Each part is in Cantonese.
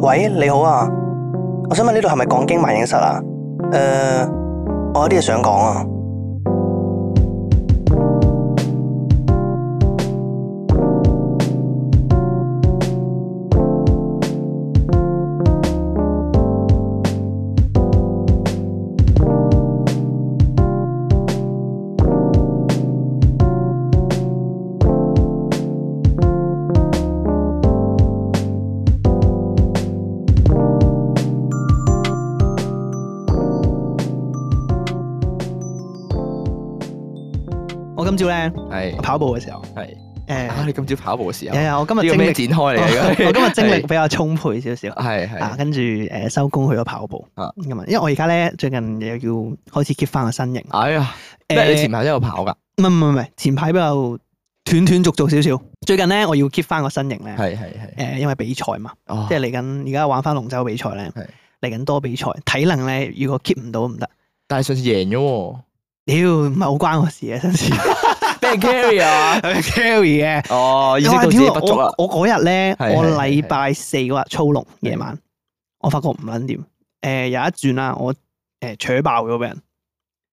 喂，你好啊，我想問呢度係咪講經萬影室啊？誒、我有啲嘢想講啊。我今朝咧係跑步嘅時候，係誒、啊！你今朝跑步嘅時候，有呢有我今日個精咩力，展開嚟嘅？ 我今日精力比較充沛少少。係啊，係跟住誒收工去咗跑步，啊咁啊，因為我而家咧最近又要開始 keep 翻個身形。哎呀！咩？誒你前排都有跑㗎？唔係唔係唔係，前排比較斷斷續續少少。最近咧我要 keep 翻個身形咧，誒、係係係。因為比賽嘛，哦即係嚟緊而家玩翻龍舟比賽咧係，嚟緊多比賽，體能咧如果 keep 唔到唔得，但係上次贏咗喎，屌唔係好關我事嘅，啊真俾人係 carry 啊！ carry 嘅。哦，意識哇到自己屌不足啦。我我嗰日咧，係我係係禮拜四嗰日操龍夜晚，我發覺唔撚掂。誒、有一轉啦，我誒扯爆咗俾人。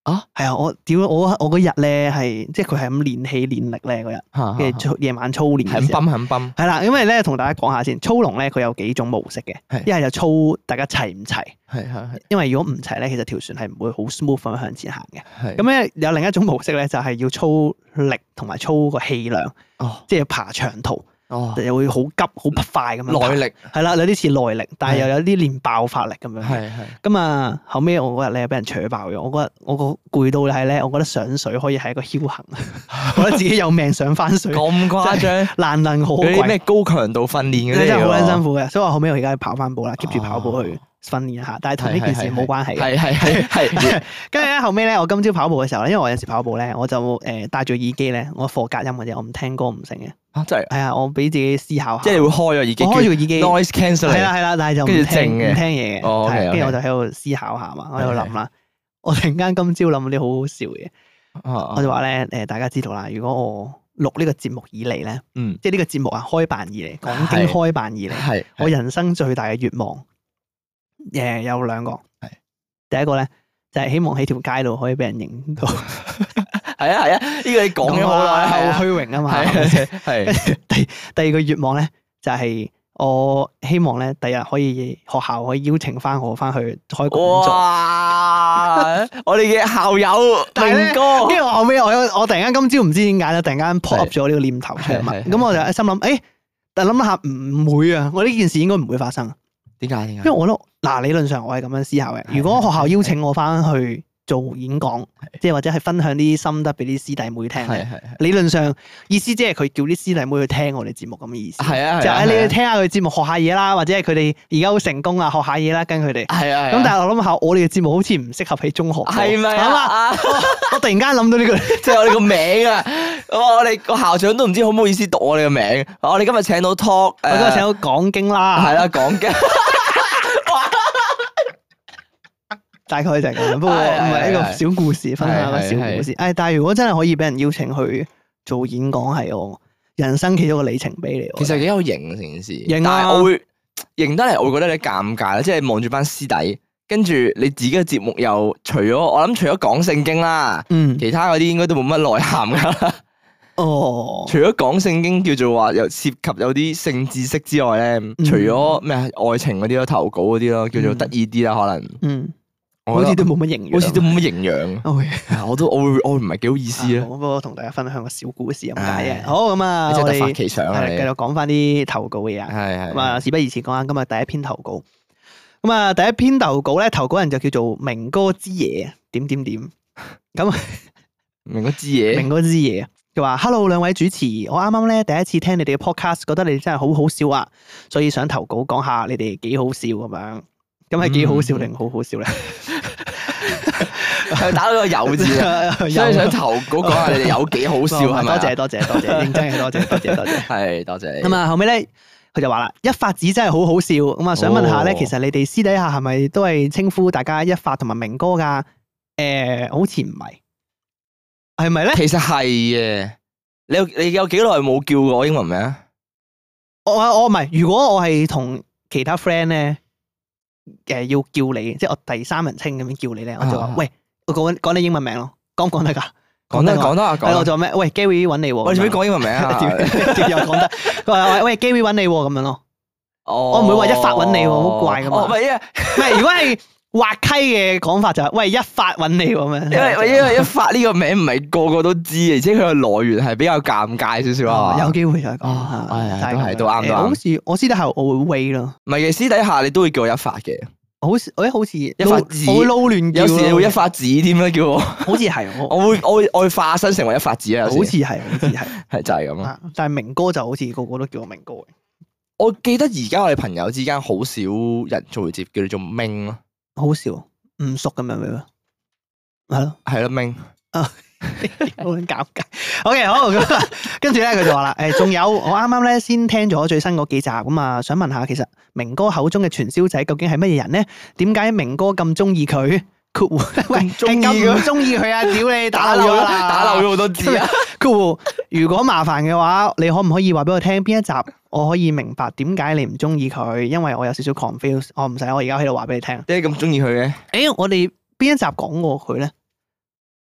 啊？係啊，我屌我我嗰日咧係，即係佢係咁練氣練力咧嗰日，嚇跟住操夜晚操練嘅肯時候。啊泵肯泵，係啦，因為咧同大家講下先，操龍咧佢有幾種模式嘅，係一係就操大家齊唔齊，係係係因為如果唔齊咧，其實條船係唔會好 smooth 咁樣向前行嘅。係。咁咧有另一種模式咧，就係要操力同埋操個氣量，哦即係爬長途，哦，就會好急好快咁樣爬。耐力係啦，有啲似耐力，但係係又有啲練爆發力咁樣。係係。咁啊，後尾我嗰日咧俾人扯爆咗，我嗰日我個攰到係咧，我覺得上水可以係一個僥 倖，我覺得自己有命上翻水，咁誇張？難能可嗰啲貴。咩高強度訓練嗰啲真係好撚嚟辛喎苦嘅，所以我後尾我而家跑翻步啦，keep 住跑步去哦訓練一下，但係同呢件事冇關係係嘅。係係係跟住咧後尾咧，我今朝跑步嘅時候咧，因為我有時跑步咧，我就誒戴住耳機咧，我課隔音嘅啫，我唔聽歌唔成嘅。啊！真係，係啊，我俾自己思考下。即係你會開咗耳機，我開住個耳機， noise cancelling 係啦係啦，但係就唔跟聽住靜嘅唔聽嘢嘅。哦，OK，係跟住 OK 我就喺度思考下嘛，我喺度諗係啦。我突然間今朝諗啲好好笑嘅嘢，啊我就話咧誒，大家知道啦，如果我錄呢個節目以嚟咧，嗯即係呢個節目啊開辦以嚟，講經係開辦以嚟。係我人生最大嘅願望，誒、有兩個，係第一個咧就係、希望喺條街度可以俾人認到，係啊係啊，呢個你講咗好耐咁啊啦，好虛榮啊嘛。係咪係先啊係 第二個願望咧就係、我希望咧第日可以學校可以邀請翻我翻去開講座。哇！我哋嘅校友但係呢明哥跟住我後尾我有我突然間今朝唔知點解咧，突然間 pop up 係咗呢個念頭出嚟嘛，係係係咁我就心諗，誒、但諗下唔會啊，我呢件事應該唔會發生。點解點因為？我都嗱理論上我係咁樣思考嘅。如果學校邀請我翻去做演講，即係或者係分享啲心得俾啲師弟妹聽係咧，係係理論上意思即係佢叫啲師弟妹去聽我哋節目咁嘅意思。係啊就係係啊你係去啊聽下佢節目學下嘢啦，或者係佢哋而家好成功啊，學下嘢啦，跟佢哋。係啊咁但係我諗下，我哋嘅節目好似唔適合喺中學播。係咪啱啊？啊？我突然間諗到呢句，即 係我啊哋個名啊！我哋個校長都唔知好唔好意思讀我哋個名。我哋今日請到 Talk，我今日請到講經啦 係，啦講嘅，大概就係咁樣。不過唔係係係一個係小故事，分享一個係係小故事。誒，但係如果真係可以俾人邀請去做演講，係我人生其中一個里程碑嚟。我其覺得實幾有型成件事。型啊但係我會型得嚟，我會覺得你尷尬啦，即係望住班師弟，跟住你自己嘅節目又除咗我諗，除咗講聖經啦。嗯，其他嗰啲應該都冇乜內涵㗎 啦， 哦，除咗講聖經叫做話有涉及有啲性知識之外咧，嗯除咗咩啊愛情嗰啲咯、投稿嗰啲咯，叫做得意啲啦，可能嗯，我好覺似得都冇乜營養，好似都冇乜營養。 OK。係啊 啊我都我會我唔係幾好意思好啊，不過同大家分享個小故事咁解唉嘅。好咁 啊，你真我係突發哋奇想啊係你，繼係續講翻啲投稿嘅嘢啊。係咁啊，事不宜遲，講下今日第一篇投稿。咁啊，第一篇投稿咧，投稿人就叫做明哥之夜點點點。明嗰支嘢明哥之嘢，佢話：Hello 兩位主持，我啱啱咧第一次聽你哋嘅 podcast，覺得你哋真係好好笑啊，所以想投稿講下你哋幾好笑咁樣。咁係幾好笑嗯定好好笑咧？係 打到個有字啊， 所以想投稿講下你哋有幾好笑係咪啊？多謝多謝多謝，認真嘅多謝多謝多謝。係多謝你。咁啊，後尾咧佢就話啦，一發子真係好好笑。咁啊，想問下咧，哦其實你哋私底下係咪都係稱呼大家一發同埋明哥㗎？誒，好似唔係，係咪咧？其實係嘅，你有你有幾耐冇叫過我英文名啊？我我唔係，如果我係同其他 friend 咧，誒、要叫你，即係我第三人稱咁樣叫你咧，我就話啊喂，我講講你英文名咯，講唔講得㗎？講得㗎講得啊，係啦我講就得。話咩？喂，Gary 揾你喎，我哋做咩講英文名 啊？屌屌又講得，佢話喂 Gary 揾你喎咁樣咯。我唔會話一發揾你喎好怪㗎嘛哦唔係因為唔係，如果係滑稽嘅講法就係、喂一發揾你喎咁因樣， 為因為一發呢個名唔係個個都知，而且佢嘅來源係比較尷尬少少啊。哦有機會再講哦係係係就都係係咁樣都啱誒都啱好似我私底下我會 wait 咯，唔係嘅，私底下你都會叫我一發嘅，好似誒好似一發字我會撈亂叫有咯時你會一發子添啦，叫我，好似係我，我會我會我會化身成為一發子啊，好 有似時嗯係好似係。 係就係咁咯。啊但係明哥就好似個個都叫我明哥嘅，我記得而家我哋朋友之間好少人做接叫你做明咯，好笑，唔熟咁樣咪咯，係咯，係咯明。 好撚尷尬。OK，好，咁啊跟住咧佢就話啦，誒，仲有我啱啱咧先聽咗最新嗰幾集咁啊，想問下其實明哥口中嘅傳銷仔究竟係乜嘢人咧？點解明哥咁中 意佢？括弧喂，咁鍾意係咁佢唔中意佢啊！屌你，打漏漏咗咗，啦，打漏咗好多字 啊！括弧如果麻煩嘅話，你可唔可以話俾我聽邊一集我可以明白點解你唔中意佢？因為我有少少 confuse，我唔使，我而家喺度話俾你聽。點解咁中意佢嘅？诶、我哋邊一集講過佢咧？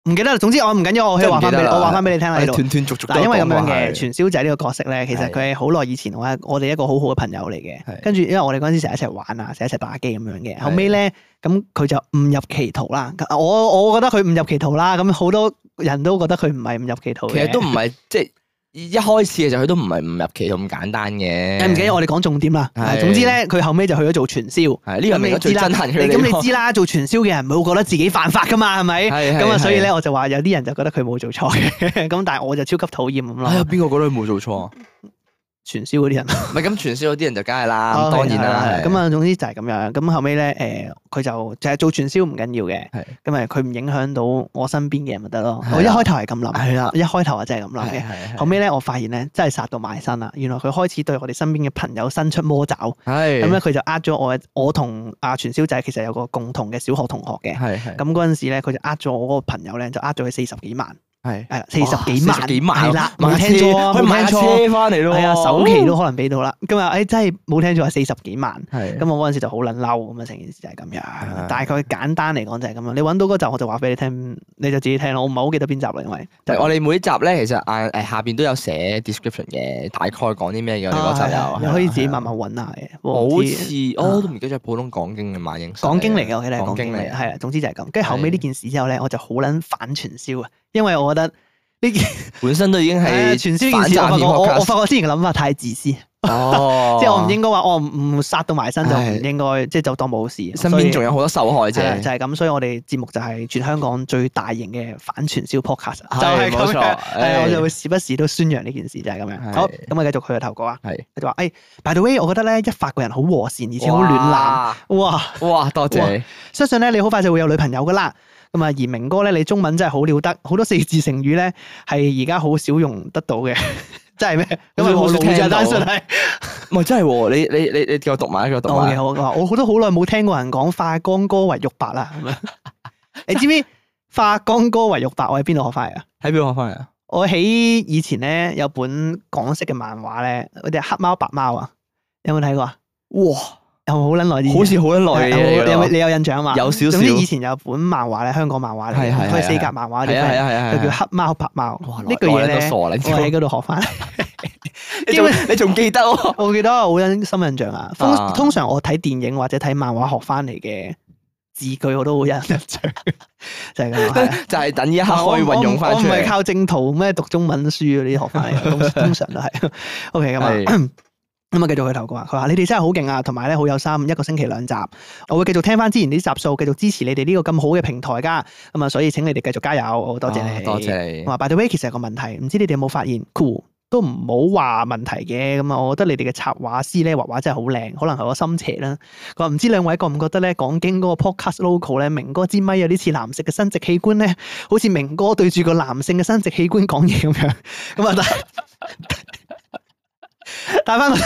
唔記得啦。總之我唔緊要，我喺度話真係唔翻俾你，記得啦我話翻俾你聽啦我喺哋度。斷斷續續嗱，都因為咁講樣話嘅係傳銷仔呢個角色咧，其實係佢係好耐以前我係我哋一個好好嘅朋友嚟嘅。係跟住因為我哋嗰陣時成日一齊玩啊，成日一齊打機咁樣嘅。係後尾咧，咁佢就誤入歧途啦。我我覺得佢誤入歧途啦。咁好多人都覺得佢唔係誤入歧途嘅其實都唔係即係一開始嘅時候，佢都唔係唔入棋咁簡單嘅。誒唔緊要，我哋講重點啦。係總之咧，佢後尾就去咗做傳銷。係呢個咁明你哥知最啦，憎恨你佢嘅地咁方你知啦，做傳銷嘅人唔會覺得自己犯法噶嘛，係咪？係係咁啊，所以咧係我就話有啲人就覺得佢冇做錯嘅，咁但係我就超級討厭咁哎呀咯。邊個覺得佢冇做錯啊？傳銷嗰啲人， 唔係咁傳銷嗰啲人就梗係啦，哦當然啦係係。咁啊，總之就係咁樣。咁後尾咧，誒佢就就係做傳銷唔緊要嘅係，咁啊佢唔影響到我身邊嘅人咪得咯係。啊我一開頭係咁諗，係啦一開頭啊真係咁諗係嘅。係後尾咧，我發現咧，真係殺到埋身啦！原來佢開始對我哋身邊嘅朋友伸出魔爪，咁係咧佢就呃咗我，我同阿傳銷仔其實有個共同嘅小學同學嘅。係係咁嗰陣時咧，佢就呃咗我嗰個朋友咧，就呃咗佢四十幾萬。係係啦，四十幾萬， 40幾萬哦係啦，買冇車聽錯啊，可以買冇架車聽錯，翻嚟咯。係啊，首期都可能俾到啦。咁啊，誒真係冇聽錯，係四十幾萬。係咁我嗰陣時就好撚嬲，咁啊成件事就係咁樣。大概簡單嚟講就係咁樣。你揾到嗰集我就話俾你聽，你就自己聽咯。我唔係好記得邊集啦，因為就我哋每一集咧，其實啊誒下邊都有寫 description 嘅，大概講啲咩嘅。我哋嗰集啊有，你可以自己係啊慢慢揾下嘅。好我唔知似啊哦，都唔記得咗普通講經嘅馬英。講經嚟嘅，我記得係講講經經嚟，嚟啊係啊。總之就係咁。跟住後尾係呢件事之後咧，我就好撚反傳銷啊，因為我覺得呢件本身都已經係誒傳銷呢件事，我發覺我我發覺我之前嘅諗法太自私。哦 ，即係我唔應該話我唔唔殺到埋身就唔係應該，即係就當冇事。身所以邊仲有好多受害者係。啊就係咁，所以我哋節目就係全香港最大型嘅反傳銷 podcast，就啊係係咁冇錯樣。係啊係我就會時不時都宣揚呢件事，就係咁樣。係好，咁啊繼續佢嘅投稿啊。係佢就話：，誒，by the way，我覺得咧一發個人好和善，而且好暖男。哇！哇！哇，多謝你。相信咧你好快就會有女朋友噶啦。咁啊，而明哥咧，你中文真係好了得，好多四字成語咧係而家好少用得到嘅， 真係咩？咁啊，好我少老聽咋，到單純係。唔係真係喎，你你你你叫我讀埋，叫我讀啊好嘅，埋。好嘅，我好都好耐冇聽過人講化光哥為玉白啦。 咁樣你知唔知化光哥為玉白？我喺邊度學翻嚟啊？喺邊學翻嚟啊？我喺以前咧有本港式嘅漫畫咧，嗰隻黑貓白貓啊，有冇睇過啊？哇！有冇好撚耐之前？好似好得耐嘅有嘢冇有冇嚟你有印象啊嘛？有少少總之以前有本漫畫咧，香港漫畫嚟係嘅，係佢係係四格漫畫㗎嚟係啊係嘅，啊係啊！佢叫黑貓白貓。哇呢句嘢耐得咧，傻我啦！喺嗰度學翻。你基仲本你仲記得喎？ 我記得我好印深印象啊。啊通通常我睇電影或者睇漫畫學翻嚟嘅字句，我都好有印象， 就 係咁啊。係啊就係等依一刻可以運用翻我唔出我唔係嚟。靠正途咩讀中文書嗰啲學翻嚟嘅，通 通常都係。OK 咁啊。係咁啊，繼續佢投稿啊！佢話：你哋真係好勁啊，同埋咧好有心，一個星期兩集，我會繼續聽翻之前啲集數，繼續支持你哋呢個咁好嘅平台㗎。咁啊，所以請你哋繼續加油，好多謝啊你，多謝你同。埋 by the way，其實有個問題，唔知你哋有冇發現？Cool 都唔好話問題嘅咁啊！我覺得你哋嘅插畫師咧畫畫真係好靚，可能係我心邪啦。佢話唔知兩位覺唔覺得咧講經嗰個 podcast logo 咧，明哥支咪有啲似藍色嘅生殖器官咧，好似明哥對住個男性嘅生殖器官講嘢咁 樣。咁啊，戴戴翻個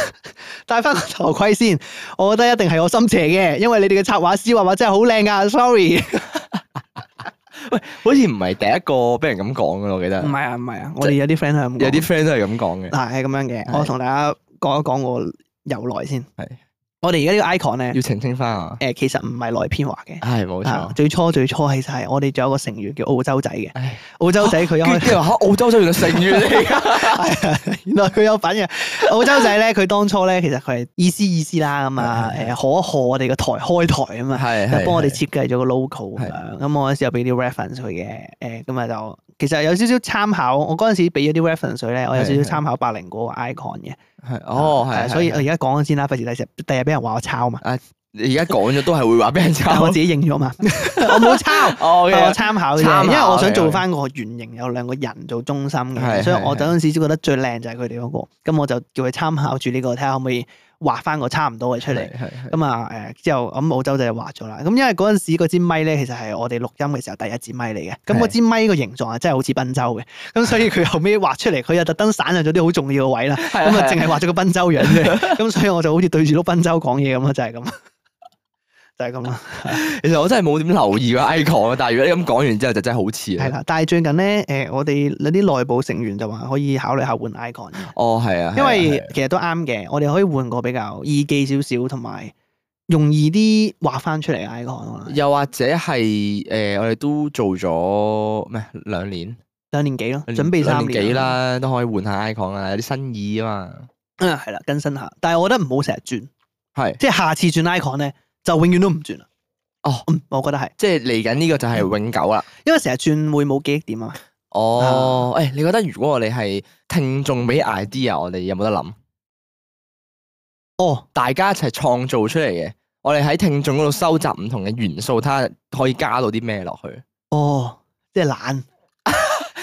戴翻個頭盔先，我覺得一定係我心邪嘅，因為你哋嘅插畫師畫畫真係好靚噶，sorry。好似唔係第一個俾人咁講嘅咯，我記得。唔係啊，唔係啊，我哋有啲 friend 係咁講啊有啲 friend 都係咁講嘅。嗱係咁樣嘅，係我同大家講一講我由來先。係我哋而家呢個 icon 咧要，澄清翻啊！誒其實唔係萊編畫嘅。係冇啊錯。最初最初其實係我哋仲有個成員叫澳洲仔嘅，唉澳洲仔佢一跟開住話嚇澳洲就原來成員嚟㗎， 原來佢有份嘅。澳洲仔咧，佢當初咧其實佢係 E 意思意思啦咁啊，係誒可一可我哋個台開台啊嘛，係就幫我哋係設計咗個 logo 咁係樣。咁我嗰陣時有俾啲 reference 佢嘅，誒咁啊就其實有少少參考。我嗰陣時俾咗啲 reference 佢咧，我有少少係係參考百靈嗰個 icon 嘅。係哦係係，啊所以呃哎係我而家講咗先啦，費事第時第日俾人話我抄 嘛。你而家講咗都係會話俾人但抄。我自己認咗 嘛，我冇 抄。哦但我參考嘅參考啫，因為我想嘅做翻個原型有兩個人做中心嘅，係所以係我係嗰陣時覺得最靚就係佢哋嗰個，咁我就叫佢參考住呢個，睇下可唔可以畫翻個差唔多嘅出嚟。係係咁啊誒之後咁澳洲就畫咗啦，咁因為嗰陣時嗰支咪咧其實係我哋錄音嘅時候第一支咪嚟嘅，咁嗰係支咪個形狀係真係好似賓州嘅，咁所以佢後尾畫出嚟佢又特登省略咗啲好重要嘅位啦， 係咁啊淨係畫咗個賓州樣啫， 咁所以我就好似對住碌賓州講嘢咁啊咯，就係咁，就係咁啦。其實我真係冇點留意個 icon 啊，但係如果你咁講完之後就真係好似啊係。啦，但係最近咧，誒、我哋有啲內部成員就話可以考慮下換 icon，嘅哦，係啊，係啊因係為啊其實都啱嘅，我哋可以換個比較易記少少，同埋容易啲畫翻出嚟嘅 icon 啊可能又或者係誒，我哋都做咗咩兩年，兩年幾咯，準備三兩年幾年，啊啦，都可以換下 icon 啦，有啲新意啊嘛。嗯係啦，更新下。但係我覺得唔好成日轉，係，即係下次轉 icon 咧，就永遠都唔轉啦。哦，嗯，我覺得係，即係嚟緊呢個就係永久啦。因為成日轉會冇記憶點啊嘛。哦，誒，你覺得如果我哋係聽眾俾 idea，我哋有冇得諗？哦，大家一齊創造出嚟嘅，我哋喺聽眾嗰度收集唔同嘅元素，睇下可以加到啲咩落去。哦，即係懶，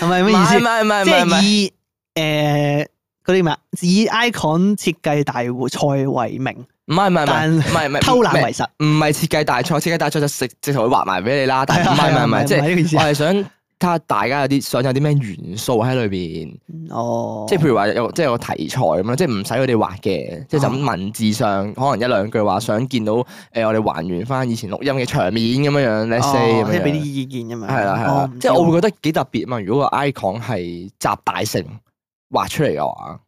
係咪唔咩意係唔思？係唔啊係唔即係唔係係，以誒嗰啲咩啊以 icon 設計大賽為名。唔係唔係唔係但唔係唔係偷懶唔為實，唔係設計大賽，設計大賽就食直頭會畫埋俾你啦。但係係啊唔係唔係唔係，即係呢個意思啊係我係想睇下大家有啲想有啲咩元素喺裏邊，哦，即係譬如話有即係有個題材咁樣，即係唔使佢哋畫嘅，即係就哦咁文字上可能一兩句話想見到誒我哋還原翻以前錄音嘅場面咁樣樣哦，let's say 咁即係俾啲樣。意見咁樣，係啦係哦啦唔，知即係我喎會覺得幾特別啊嘛。如果個 icon 係集大成畫出嚟嘅話，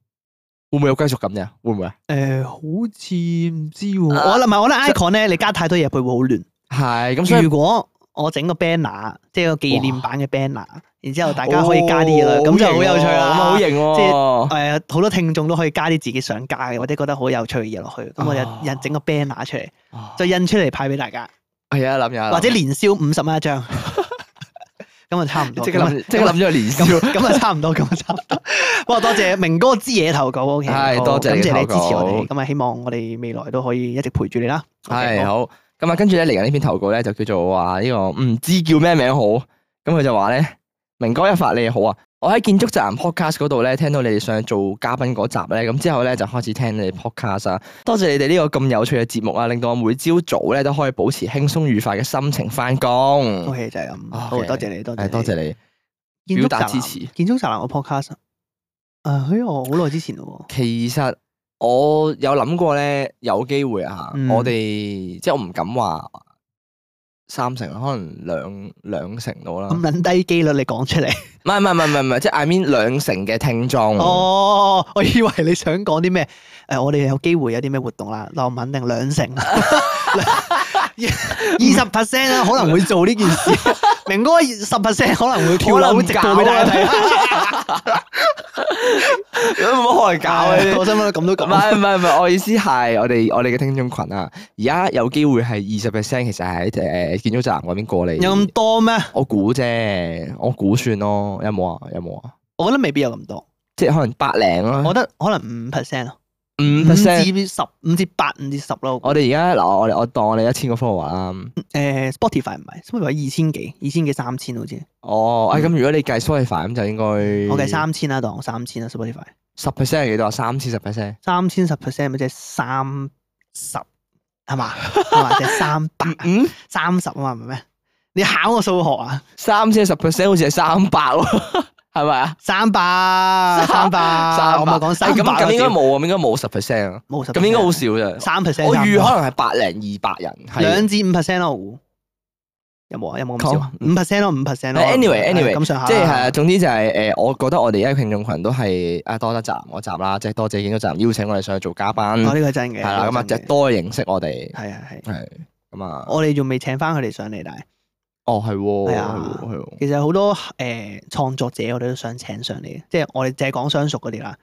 會唔會有歸屬感啫？會唔會啊？誒，呃好似唔知喎，啊我諗唔係我覺得 icon 咧，你加太多嘢佢會好係咁，所以亂。如果我整個 banner，即係個紀念版嘅 banner，然之後大家可以加啲嘢啦，哦咁就好有趣咁啦，啊好型即喎。誒好多聽眾都可以加啲自己想加嘅或者覺得好有趣嘅嘢落去，咁我哦就印整個 banner 出嚟，啊再印出嚟派俾大家，係啊，諗下或者年銷五十蚊一張， 咁啊差唔多，即刻咁啊諗，即刻諗咗個年宵。咁啊，差唔多，咁啊，差唔多。不過多謝明哥之夜投 稿，OK，係好多謝感你謝投你支持我哋，稿咁啊，希望我哋未來都可以一直陪住你啦。係好，咁啊，跟住咧嚟緊呢篇投稿咧就叫做話呢個唔知叫咩名好，咁佢就話咧，明哥一發你好啊，我喺建築宅男 podcast 嗰度咧聽到你哋上做嘉賓嗰集咧，咁之後咧就開始聽你哋 podcast 啊，多謝你哋呢個咁有趣嘅節目啊，令到我每朝早咧都可以保持輕鬆愉快嘅心情翻工， OK，就係咁， OK 好多謝你，多謝係你，多謝你，建表築宅達男支持。建築宅男個 podcast，誒，嘿，我好耐之前咯其實我有諗過咧，有機會啊，嗯我哋即係我唔敢話三成，可能兩兩成到啦喎，。咁撚低機率你講出嚟，唔係唔係唔係唔係，即係 I mean 兩成嘅聽眾。哦， 我以為你想講啲咩？誒，我哋有機會有啲咩活動啦，但我唔肯定兩成啦， 二十 percent 啦，可能會做呢件 事，明哥十 percent 可能會跳樓直播俾大家睇。啊 有冇可能搞唉嘅？我心諗咁都唔咁，係唔係唔係，我意思係我哋我哋嘅聽眾群啊，而家有機會係二十 percent，其實係喺誒建築站嗰邊過嚟。有咁多咩？我估啫，我估算咯，有冇啊？有冇啊？我覺得未必有咁多，即係可能百零咯，我覺得可能五 percent 啊五咯，五 percent。至十，五至八，五至十咯。我哋而家嗱，我哋我當我哋一千個 follower 啦。嗯誒呃 Spotify 唔係，Spotify 二千幾，二千幾三千好似，哦，哎咁如果你計 Spotify 咁就應該嗯我計三千啦，當三千啦，Spotify 十 percent 係幾多啊？三千十 percent 三千十 percent 咪即係三十係嘛？係嘛？即係三百嗯三十啊嘛，唔係咩？你考我數學啊？三千十 percent 好似係三百喎， 係咪啊？三百三百， 300我咪講三哎咁百咁應該冇啊，應該冇十 percent 啊，冇十，咁應該好少咋。三 percent。我預300可能係百零二百人，係兩至五 percent 咯，我估有冇啊？有冇咁講少？五 percent 咯，五 percent 咯。 Anyway，係 anyway，咁上下啦。即係係啊，總之就係、誒、我覺得我哋而家聽眾群都係啊多得集我集啦，即係多謝見到集邀請我哋上去做嘉賓，哦，係呢個係真嘅。啦，咁啊就多認識我哋，係係係。係咁啊，我哋仲未請翻佢哋上嚟，但係哦係喎，係係啊喎，係喎，其實好多誒創作者我哋都想請上嚟嘅，即係我哋淨係講相熟嗰啲啦，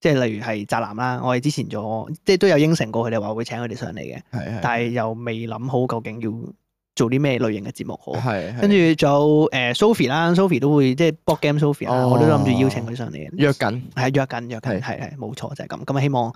即係例如係宅男啦，我哋之前做即係都有應承過佢哋話會請佢哋上嚟嘅，係係，啊但係又未諗好究竟要做啲咩類型嘅節目好。係跟住仲有誒 Sophie 啦，Sophie 都會即係 board game Sophie 啦，哦我都諗住邀請佢上嚟嘅。約緊，係約緊約係緊，係係冇錯就係咁。咁希望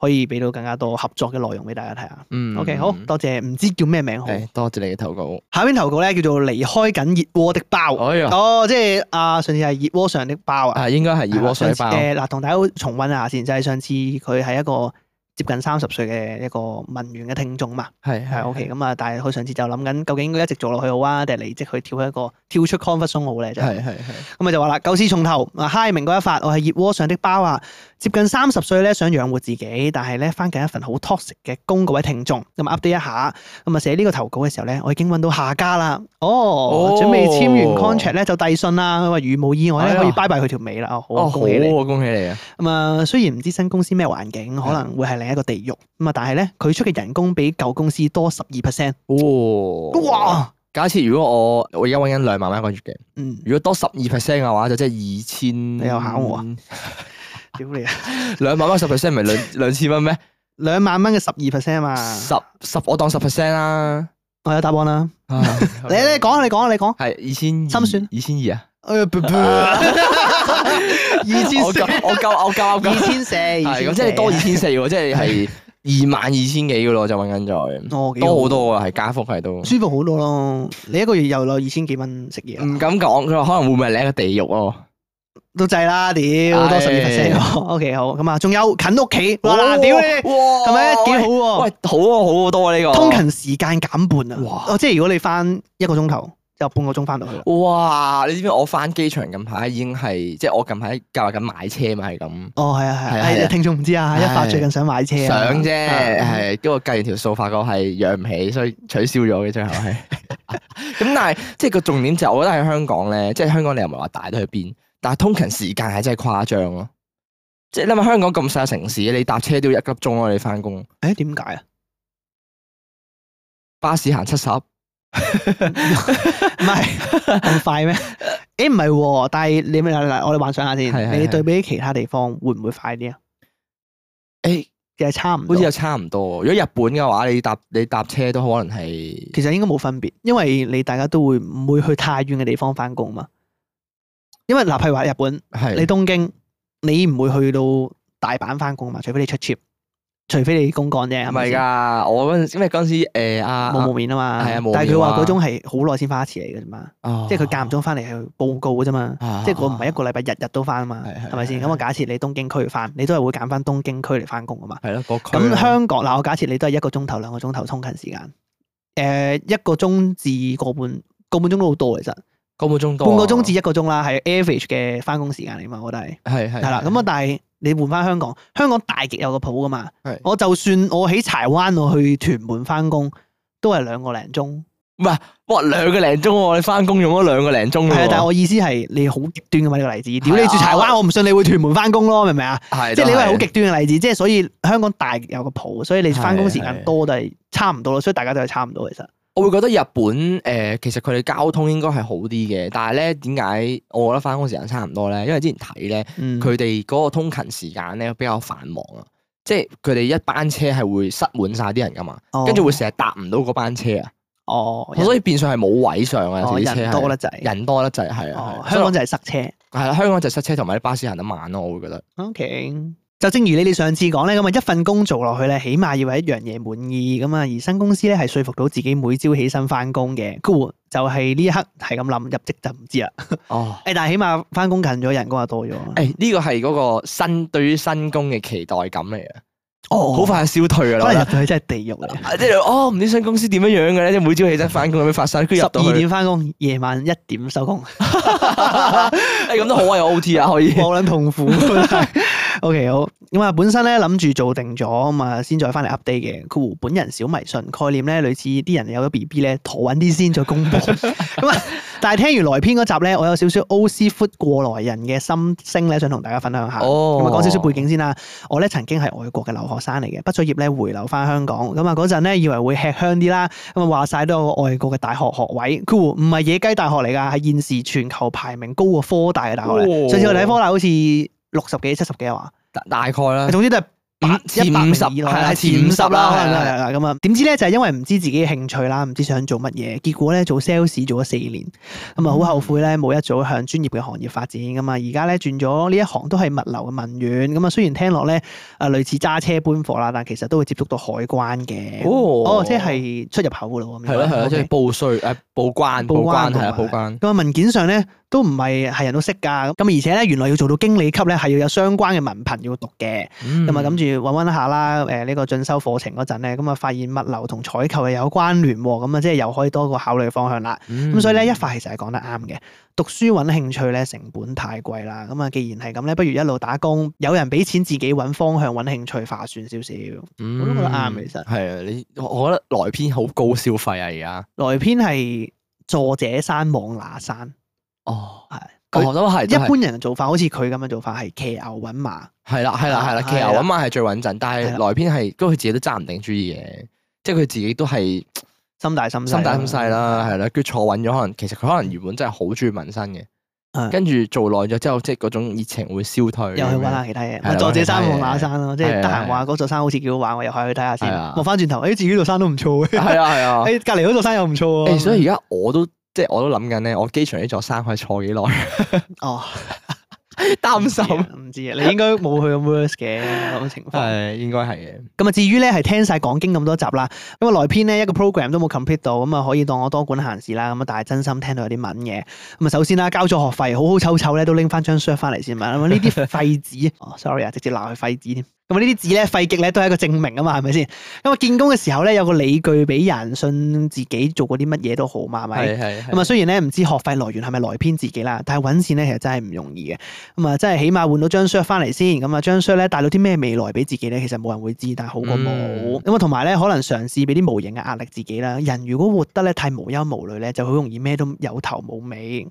可以俾到更加多合作嘅內容俾大家睇下。嗯 OK，好多謝，唔知叫咩名好。係多謝你嘅投稿，下邊投稿咧叫做離開緊熱鍋的包。哎呀，哦，即係啊，上次係熱鍋上的包啊，啊應該係熱鍋水上包次，誒嗱，同大家重温下先，就係上次佢係一個接近三十歲嘅一個文員嘅聽眾嘛，係係 OK 咁啊，但係佢上次就諗緊究竟應該一直做落去好啊，定係離職去跳一個跳出 comfort zone 好咧？就係係係。咁啊就話啦，舊事重頭啊，Hi 明嗰一發，我係熱鍋上的包啊，接近三十歲咧，想養活自己，但係咧翻緊一份好 toxic 嘅工，各位聽眾咁啊 update 一下，咁啊寫呢個投稿嘅時候咧，我已經揾到下家啦，哦哦，準備簽完 contract 咧就遞信啦，佢話如無意外哎咧呀可以拜拜佢條尾啦，哦，好哦，恭喜你。好啊哎恭喜你啊！咁啊，雖然唔知新公司咩環境，可能會係另一個地獄咁啊，但係咧佢出嘅人工比舊公司多十二 percent，哦，！哇，假設如果我我而家揾緊兩萬蚊一個月嘅，嗯，如果多十二 percent 嘅話，就即係二千。你又考我啊？屌你啊，兩萬蚊十 percent 咪 兩兩千蚊咩？兩萬蚊嘅十二 percent 啊嘛，十十我當十 percent 啦。我有答案啦。你你你講啊，你講啊，你講。係二千心算二千二啊？哎 二我夠我夠我夠我夠二千四，係咁，即係多二千四喎，即係係二萬二千幾嘅咯，就揾緊在哦，幾多好，多啊，係加幅係都。舒服好多咯。你一個月又有二千幾蚊食嘢啦，啊唔敢講，佢話可能會唔會係另一個地獄咯？都滯啦，屌多十二 percent。OK，好 咁啊，仲有近屋企，哇，哦屌你，哇係咪幾好喂喎？，好啊，好好多啊呢個。通勤時間減半啊！哇哦，即係如果你翻一個鐘頭，就半個鐘翻到去啦。哇！你知唔知我翻機場近排已經係，即係我近排計劃緊買車嘛，係咁哦，係啊，係係啊啊係係，啊聽眾唔知啊，一發係最近想買車啊，想啫，啊係跟住我計完條數，發覺係養唔起，所以取消 咗嘅最後係。咁但係即係個重點就係，我覺得喺香港咧，即係香港你又唔係話大得去邊，但係通勤時間係真係誇張咯。即係你諗下香港咁細嘅城市，你搭車都要一粒鐘咯，你翻工誒點解啊？巴士行七十，唔 係咁快咩？ 誒唔係喎，但係你咪嗱嗱，我哋幻想下係係先，係你對比其他地方會唔會快啲啊？誒其實差唔好多似，又差唔多。如果日本嘅話，你搭你搭車都可能係其實應該冇分別，因為你大家都會唔會去太遠嘅地方翻工嘛？因為嗱，譬如話日本，係你東京，你唔會去到大阪翻工嘛，除非你出 trip，除非你公幹啫，係唔咪係先？㗎，我嗰陣因為嗰陣時誒阿冇冇面啊嘛，係啊冇但係佢面啊話嗰種係好耐先翻一次嚟嘅啫嘛，哦即係佢間唔中翻嚟去報告嘅啫啊嘛。即係我唔係一個禮拜日日都翻啊嘛，係係係咪先？係咁我假設你東京區翻，你都係會揀翻東京區嚟翻工噶嘛？係咯，嗰區啊咁咯香港嗱，我假設你都係一個鐘頭兩個鐘頭通勤時間，誒一個鐘至個半個半鐘都好多其實，個半鐘多啊，半個鐘至一個鐘啦，係 average 嘅翻工時間嚟嘛，我覺得係係係係啦。咁啊，但係你換翻香港，香港大極有個譜噶嘛係。我就算我喺柴灣我去屯門翻工，都係兩個零鐘。哇兩個零鐘喎，你翻工用咗兩個零鐘係啊喎，，但係我意思係你好極端噶嘛呢個例子。嗯屌係你啊住柴灣，我唔信你會屯門翻工咯，明唔明啊？係即係你都係好極端嘅例子，即係所以香港大有個譜，所以你翻工時間係多都係差唔多咯，所以大家都係差唔多其實。我會覺得日本誒、呃其實佢哋交通應該係好啲嘅，但係咧點解我覺得翻工時間差唔多咧？因為之前睇咧，嗯，佢哋嗰個通勤時間咧比較繁忙啊，即係佢哋一班車係會塞滿晒啲人噶嘛，哦跟住會成日搭唔到嗰班車啊，哦，所以變相係冇位上啊，有哦時啲車人多係得滯，人多得滯，係啊哦，係香港就係塞車。係啦，香港就塞車同埋啲巴士行得慢咯，我會覺得 OK，就正如你哋上次講咧，咁啊一份工做落去咧，起碼要係一樣嘢滿意咁啊，而新公司咧係說服到自己每朝起身翻工嘅。Cool，就係呢一刻係咁諗，入職就唔知啦。哦。誒，但係起碼翻工近咗，人工又多咗。誒呢個係嗰個新對於新工嘅期待感嚟嘅，哦好，快就消退㗎啦可我覺能得入到去真係地獄嚟。啊。即係哦，唔知新公司點樣樣嘅咧，即係每朝起身翻工有咩發生，跟住十入到二 去，點翻工，夜晚一點收工。哦 誒咁都好啊，有 O T 啊，可以。冇撚痛苦， OK，好咁啊，本身咧諗住做定咗咁啊，先再翻嚟 update 嘅。括弧本人小迷信概念咧，類似啲人有咗 B B 咧，陀穩啲先再公 佈。咁啊，但係聽完來篇嗰集咧，我有少少 O C foot 過來人嘅心聲咧，想同大家分享下。哦咁啊，講少少背景先啦。我咧曾經係外國嘅留學生嚟嘅，畢咗業咧回流翻香港。咁啊，嗰陣咧以為會吃香啲啦。咁啊，話晒都有個外國嘅大學學位，佢唔係野雞大學嚟㗎，係現時全球排名高過科大嘅大學嚟。哦上次我哋喺科大好似六十幾、七十幾啊嘛，大 大概啦，總之都係八前一百名五十以內係啦，啊前前五五十十啦，啦可能係啊係啦咁啊。點知咧就係因為唔知自己嘅興趣啦，唔知想做乜嘢，結果咧做 sales 做咗四年，嗯咁啊好後悔咧冇一早向專業嘅行業發展咁啊。而家咧轉咗呢一行都係物流嘅文員，咁啊雖然聽落咧啊類似揸車搬貨啦，但其實都會接觸到海關嘅。哦哦，即係出入口噶咯，咁樣係咯係咯，即係 OK 報税誒報關報報關關係啊同報埋關，咁啊文件上咧都唔係係人都識㗎，咁而且咧原來要做到經理級咧係要有相關嘅文憑要讀嘅，咁咁啊諗住揾揾下啦，誒呢個進修課程嗰陣咧，咁啊發現物流同採購又有關聯喎，咁啊即係又可以多個考慮方向啦。嗯咁所以咧一發其實係講得啱嘅，讀書揾興趣咧成本太貴啦，咁啊既然係咁咧，不如一路打工，有人俾錢自己揾方向揾興趣化算少少。我我都覺得啱其實係啊，你我我覺得來篇好高消費啊而家。來篇係坐者山望那山，哦，係哦都係一都係般人嘅做法，好似佢咁樣做法係騎牛揾馬，係啦係啦係啦，啊係騎牛啦揾馬係最穩陣，但係啦係萊編係，因為佢自己都揸唔定主意嘅，即係佢自己都係心大心細，心大心細啦，係啦，跟住坐穩咗，可能其實佢可能原本真係好中意紋身係嘅，跟住做耐咗之後，即係嗰種熱情會消退咁樣。啊又去揾下其他嘢，係啦啊咪坐者山望揾下那其他嘢山咯，即係係啊得閒係話啊嗰座山好似幾好玩，我又可以去睇下先係啊。望翻轉頭，誒哎自己座山都唔錯嘅，係啊係 啊。誒隔離嗰座山又唔錯誒，喎。所以而家我都即係我都諗緊咧，我機場呢座山可以坐 幾耐，哦，擔 心。唔知啊，你應該冇去咁 worse 嘅咁嘅情況。係應該係嘅。咁啊，至於咧係聽晒講經咁多集啦，咁啊來篇咧一個 program 都冇 complete 到，咁啊可以當我多管閒事啦。咁啊，但係真心聽到有啲文嘅。咁啊，首先啦，交咗學費，好好臭臭咧都拎翻張 share 翻嚟先嘛。咁啊呢啲廢紙，哦，sorry 啊，直接鬧佢廢紙添。咁啊呢啲紙咧廢極咧都係一個證明啊嘛，係咪先？咁啊見工嘅時候咧有個理據俾人信自己做過啲乜嘢都好嘛，係咪？係係咁啊，雖然咧唔知學費來源係咪來編自己啦，但係揾錢咧其實真係唔容易嘅。咁啊，真係起碼換到張 shirt 翻嚟先。咁啊，張 shirt 咧帶到啲咩未來俾自己咧，其實冇人會知，但係好過冇。嗯咁啊，同埋咧可能嘗試俾啲無形嘅壓力自己啦。人如果活得咧太無憂無慮咧，就好容易咩都有頭冇尾。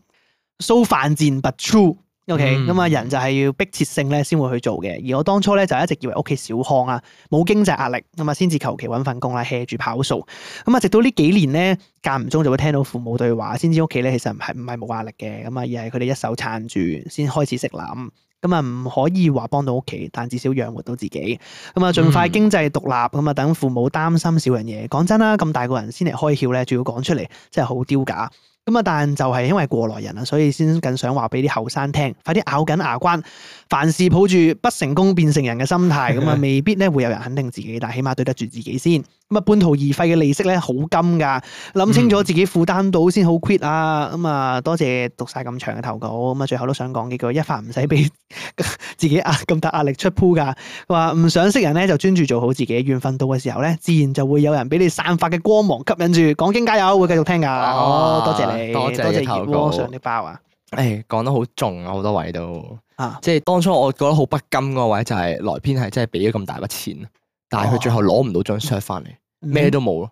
So 犯賤 but true。OK，嗯咁啊，人就係要迫切性咧先會去做嘅。而我當初咧就一直以為屋企小康啊，冇經濟壓力，咁啊先至求其揾份工啦，hea 住跑數。咁啊，直到呢幾年咧，間唔中就會聽到父母對話，先知屋企咧其實唔係唔係冇壓力嘅，咁啊而係佢哋一手撐住，先開始識諗。咁啊，唔可以話幫到屋企，但至少養活到自己。咁啊，盡快嗯經濟獨立，咁啊，等父母擔心少樣嘢。講真啦，咁大個人先嚟開竅咧，仲要講出嚟，真係好丟架。咁啊，但就係因為過來人啊，所以先更想話俾啲後生聽，快啲咬緊牙關，凡事抱住不成功變成人嘅心 態，咁啊，未必咧會有人肯定自己，但起碼對得住自己先。咁啊，半途而廢嘅利息咧好金㗎，諗清楚自己負擔到先好 quit 啊！咁啊，多謝讀晒咁長嘅投稿，咁啊，最後都想講幾句，一發唔使俾 自己壓咁大壓力出鋪㗎。佢話唔想識人咧，就專注做好自己，緣分到嘅時候咧，自然就會有人俾你散發嘅光芒吸引住。講經加油，會繼續聽㗎。哇哦，多謝你，啊多謝多謝你投熱稿鍋上的包啊！誒哎講得好重啊，好多位都啊即係當初我覺得好不甘嗰個位就係萊編係真係俾咗咁大筆錢，但係哦佢最後攞唔到張 shirt 翻嚟，嗯咩都冇咯。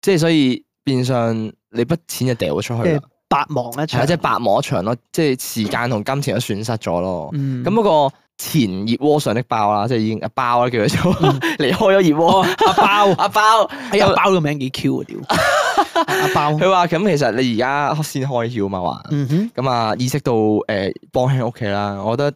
即係所以變相你筆錢就掉咗出去嗯即係啦，白忙一係啊場，即係白忙一場咯，即係時間同金錢都損失咗咯。嗯。咁嗰個前熱鍋上的爆啦，即係已經阿包啦叫佢做 嗯哦離開咗熱鍋，阿包， 阿包哎呀，阿包個名幾 Q 啊 屌！阿包，佢話咁其實你而家先開竅嘛話，嗯哼，咁啊意識到誒幫喺屋企啦，我覺得。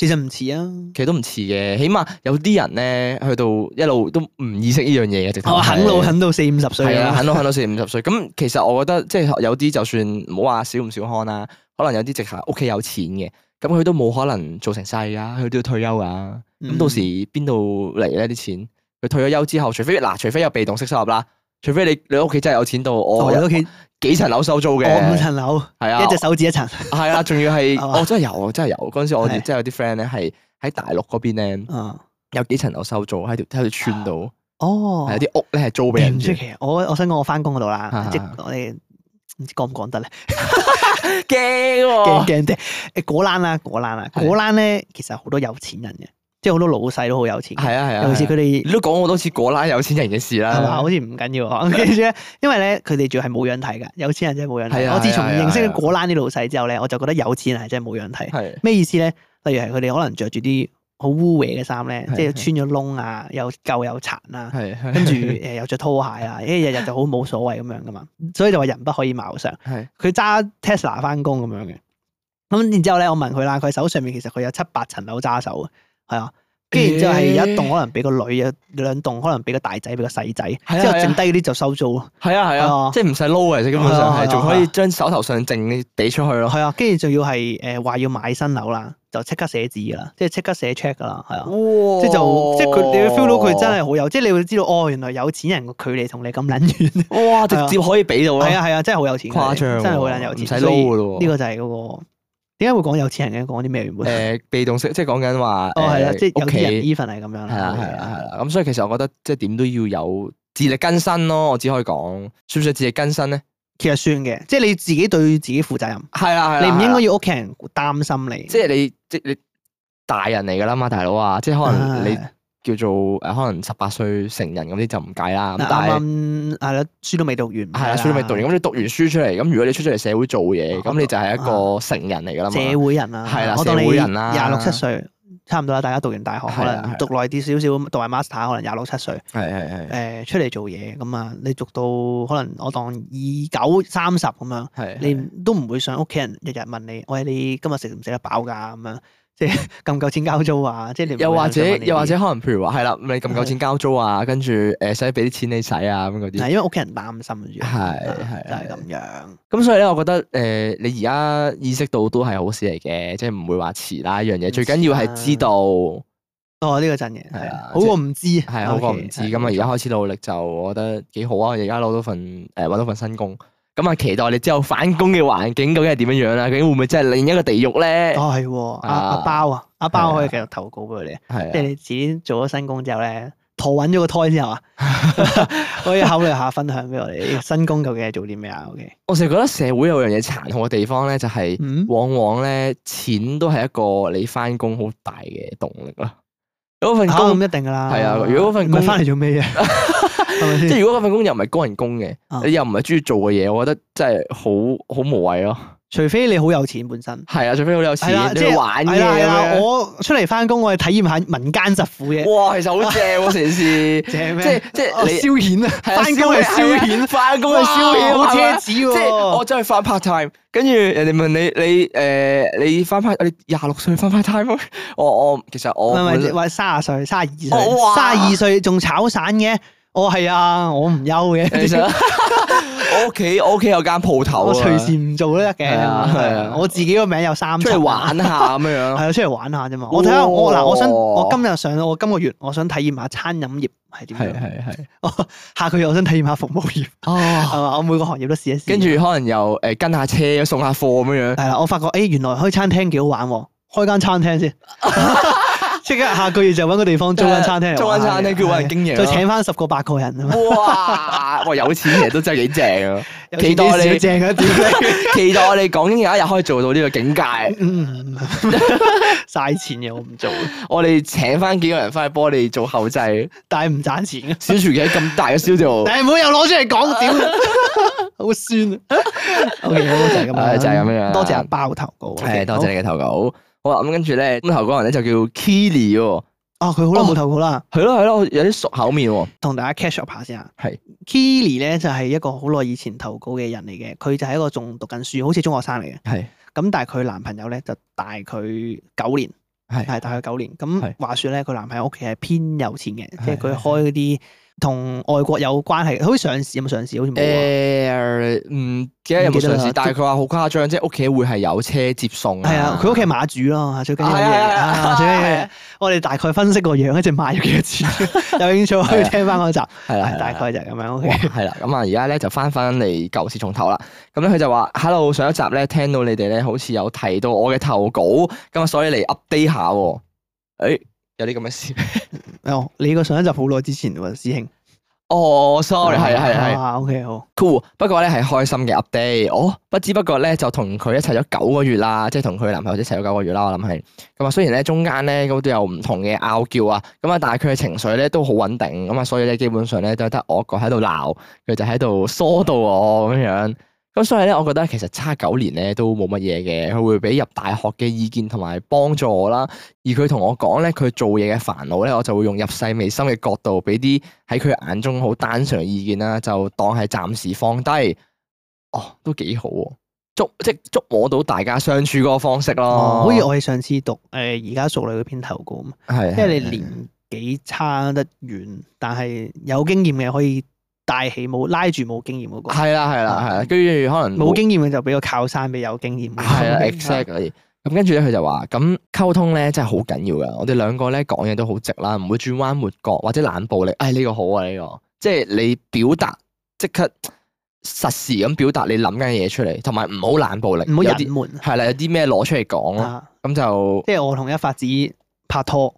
其實唔似啊。其實都唔似嘅，起碼有啲人咧去到一路都唔意識呢樣嘢嘅，直頭係。我啃哦老啃到四五十歲係啊，啊，啃老啃到四五十歲。咁其實我覺得即係有啲就算唔好話少唔少康啦，可能有啲直頭屋企有錢嘅，咁佢都冇可能做成世噶，佢都要退休噶。咁嗯到時邊度嚟咧啲錢？佢退咗休之後，除非嗱，除非有被動式收入啦，除非你你屋企真係有錢到我我哦喺屋有企，哦幾層樓收租嘅，我五層樓，係啊一隻手指一層，係啊，仲要 係係嘛我真係有，真係有嗰陣時我係哋真係有啲 friend 咧係喺大陸嗰邊咧。啊，有幾層樓收租喺條喺條村度，哦，係有啲屋咧係租俾唔人出住，奇。我我想講我翻工嗰度啊啦啊，即係我哋唔知講唔講得咧，驚 驚喎，哦驚啲。誒果欄啦，果欄啦，係果欄咧其實好多有錢人嘅，即即係好多老細都好有錢嘅，係啊係啊，尤其是係啊佢哋你都講好多次果欄有錢人嘅事啦，係嘛？好似唔緊要啊。跟 住咧，因為咧佢哋仲係冇樣睇㗎，有錢人真係冇樣係睇。啊我自從係啊認識係咗啊果欄啲老細之後咧，我就覺得有錢人係真係冇樣睇。係咩意思咧？例如係佢哋可能着住啲好污穢嘅衫咧，係即係係穿咗窿啊，又舊又殘 啊，係係跟住誒又着拖鞋啊，一日日就好冇所謂咁樣噶嘛，所以就話人不可以貌相。係佢揸 Tesla 翻工咁樣嘅，咁然之後咧，我問佢啦，佢手上面其實佢有七八層樓揸手嘅，係啊。跟住然之後係有一棟可能俾個女，有兩棟可能俾個大仔，俾個細仔，啊之後係啊剩低嗰啲就收租咯。係啊係啊啊，即係唔使撈嘅，其實基本上係啊係啊係仲可以將手頭上剩嘅俾出去咯。係啊，跟住仲要係誒話要買新樓啦，就即刻寫字噶啦，即係即刻寫 check 噶啦，係啊。哇即係就即係佢，你會 feel 到佢真係好有，即係你會知道哦，原來有錢人個距離同你咁撚遠。哇，直接可以俾到啦係。啊係啊，真係好有錢嘅，誇張喎真係好撚有錢，唔使所以撈㗎咯喎呢個就係嗰個點解會講有錢人嘅？講啲咩原本？誒被動式，即係講緊話哦係啦，誒即係有屋啲人企 even 係咁啊樣啦。係啦係啦係啊啦。咁所以其實我覺得即係點都要有自力更生咯。我只可以講，算唔算自力更生咧？其實算嘅，即係你自己對自己負責任，係啦係啦，你唔係應啦該要屋企人擔心你。即係你即係你大人嚟㗎啦嘛，大佬啊，即係可能你啊叫做誒，可能十八歲成人咁啲就唔計啦。咁嗱但係啱啱係啦，書都未讀完。係係啦，所以咪讀完咁你讀完書出嚟，咁如果你出咗嚟社會做嘢，咁你就係一個成人嚟㗎啦嘛。啊社會人啦，啊係啦我當你社會人啦廿六七歲差唔多啦，大家讀完大學可係啦係能啦讀耐啲少少，讀埋 master 可能廿六七歲。係啊係係誒、出嚟做嘢咁啊，你讀到可能我當二九三十咁樣，係係你都唔會想屋企人日日問你，喂，你今日食唔食得飽㗎？咁樣 即係夠唔夠錢交租啊？即係你唔會 又或者想問呢啲又或者可能譬如話係啦，你咁夠錢交租啊，跟住誒使俾啲錢你使啊咁嗰係啲。因為屋企人擔心住，係啊係就係咁樣。咁所以咧，我覺得誒你而家意識到都係好事嚟嘅，即係唔會話遲啦一樣嘢。最緊要係知道哦，呢、個真嘅，係係啊啊，好過唔知，係好過 OK，唔知。係咁啊，而家開始努力就我覺得幾好啊！我而家攞到份誒揾到份新工。咁啊，期待你之後返工嘅環境究竟係點樣樣啊啦？究竟會唔會真係另一個地獄咧？哦，係喎，阿啊阿包啊，阿包係啊可以繼續投稿俾我哋，係啊即係你自己做咗新工之 後咧，陀揾咗個胎之後啊，可以考慮下分享俾我哋呢個新工究竟係做啲咩啊？OK，我成日覺得社會有樣嘢殘酷嘅地方咧，就係、 嗯，往往咧錢都係一個你翻工好大嘅動力啦。如果份考工咁一定噶啦。係啊如果份工唔係翻嚟做 咩嘢？係咪即先？係如果嗰份工又唔係高人工嘅啊，你又唔係中意做嘅嘢，我覺得真係好好無謂咯。除非你好有錢本身。係啊，除非好有錢係啦，你即去係玩嘅係啦係咁啦，樣我出嚟翻工，我係體驗下民間疾苦嘅，哇，其實好正喎成件 事，即係即咩？係即係哦你消遣啊，係啊翻工係消係遣啊，翻工係消遣，哇好係奢咪侈即係我喎。真係翻 part time，跟住人哋問你你誒你翻 part 你廿六歲翻 part time 咩 我我其實唔我係唔本身係，話卅歲、卅二歲、哦哇卅二歲仲炒散嘅，我係啊，我唔憂嘅。 其實 啊我屋企我屋企有間鋪頭我啊，隨時唔啊做都得嘅。係啊係啊我自己個名有三出嚟層玩下咁樣係樣。啊，出嚟玩下啫嘛。我睇下我嗱，我想哦我今日上我今個月我想體驗下餐飲業 係點樣，係係下 個月我想體驗下服務業，係哦，嘛？我每個行業都試一試。跟住可能又誒跟下車，送下貨咁樣樣。係啦，我發覺誒原來開餐廳幾好玩喎，開間餐 廳先。即刻下個月就揾個地方租間餐廳嚟玩下嘅，啊租間餐廳叫揾人經營啊哦再咯請翻十個八個人啊嘛。哇！哇，有錢人都真係幾正啊！ 有期錢待啲你少正啊一啲。 期待我哋講經有一日可以做到呢個境界。嗯， 嘥錢嘅我唔做，我哋請翻幾個人翻去幫我哋做後製，但係唔賺錢嘅。小廚嘅咁大嘅 studio，誒唔好又攞出嚟講，屌， 好酸啊！OK，好就係咁樣，係就係咁樣多謝阿包投稿，係多謝你嘅投稿。好啊啦，咁跟住咧，咁投稿人咧就叫 Kili 喎，好。哦，佢好耐冇投稿啦，係咯係咯，有啲熟口面喎。同大家 catch up 下先啊。係 Kili 咧就係一個好耐以前投稿嘅人嚟嘅，佢就係一個仲讀緊書，好似中學生嚟嘅。係咁但係佢男朋友咧就大佢九年，係係大佢九年。係咁話說咧，佢男朋友屋企係偏有錢嘅，即係佢係係開嗰啲同外國有關係嘅，好似上市有冇上市？好似冇啊。誒唔記得有冇上市，但係佢話好誇張，即係屋企會係有車接送係啊，佢屋企係馬主咯，最緊要係嘅啊係啊啊最緊要係嘅啊。我哋大概分析個樣，一隻馬要幾多 錢？有興趣可以聽翻嗰集，係啊啦，係大概就係咁樣。OK，係啦，咁啊，而家咧就翻翻嚟舊事重頭啦。咁咧佢就話：，Hello，上一集咧聽到你哋咧好似有提到我嘅投稿，咁啊，所以嚟 update 下喎。誒，有啲咁嘅事，哦，你個上一集好耐之前喎，師兄。哦，sorry，係啊係啊係啊啊，OK 好， cool。不過咧係開心嘅 update。我不知不覺咧就同佢一齊咗九個月啦，即係同佢男朋友一齊咗九個月啦。我諗係咁啊。雖然咧中間咧咁都有唔同嘅拗撬啊，咁啊，但係佢嘅情緒咧都好穩定咁啊，所以咧基本上咧都係得我一個喺度鬧，佢就喺度疏導我咁樣。咁所以咧，我覺得其實差九年咧都冇乜嘢嘅，佢會俾入大學嘅意見同埋幫助我啦。而佢同我講咧，佢做嘢嘅煩惱咧，我就會用入世未深嘅角度，俾啲喺佢眼中好單純嘅意見啦，就當係暫時放低。哦，都幾好喎、捉即係捉摸到大家相處嗰個方式咯。哦好似我哋上次讀誒而家淑女嗰篇投稿咁，係，因為你年紀差得遠，但係有經驗嘅可以帶起冇拉住冇經驗嗰個，係啦係啦係啦，跟住可能啊冇經驗嘅就俾個靠山俾有經驗嘅。係啦係，exactly。咁跟住咧，佢就話：咁溝通咧真係好緊要噶。我哋兩個咧講嘢都好直啦，唔會轉彎抹角或者冷暴力。唉、呢、個好啊，呢、個即係你表達即刻實時咁表達你諗緊嘅嘢出嚟，同埋唔好冷暴力。唔好有隱啲瞞係啦，有啲咩攞出嚟講咯。啊！咁就即係我同一發子拍拖，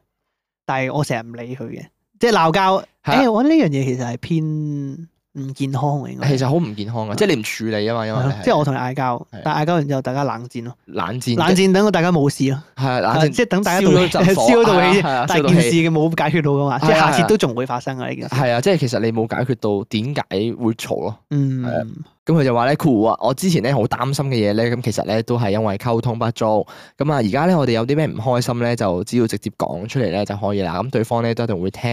但係我成日唔理佢嘅，即係鬧交。係啊誒，我覺得呢樣嘢其實係偏唔健康嘅，應該其實好唔健康噶，即係你唔處理啊嘛，因為係咯你即係係我同你嗌交係，但係嗌交完之後大家冷戰咯，冷戰，冷戰等到大家冇事咯，係啊冷啊戰，即係等大家燒道咗氣，陣火 燒到氣係啊係啊，但燒到係件氣事嘅冇解決到噶嘛，即係係啊下係啊次都仲會發生嘅呢件事。係啊，即係其實你冇解決到點解會嘈咯。係嗯，咁佢就話咧，cool 啊！我之前咧好擔心嘅嘢咧，咁其實咧都係因為溝通不足。咁啊，而家咧我哋有啲咩唔開心咧，就只要直接講出嚟咧就可以啦。咁對方咧都一定會聽。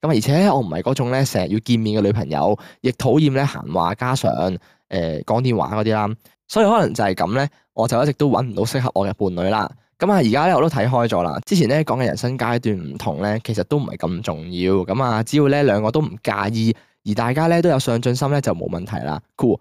咁啊，而且咧我唔係嗰種咧成日要見面嘅女朋友，亦討厭咧閒話家常、誒、講電話嗰啲啦。所以可能就係咁咧，我就一直都揾唔到適合我嘅伴侶啦。咁啊，而家咧我都睇開咗啦。之前咧講嘅人生階段唔同咧，其實都唔係咁重要。咁啊，只要咧兩個都唔介意，而大家咧都有上進心咧，就冇問題啦。cool。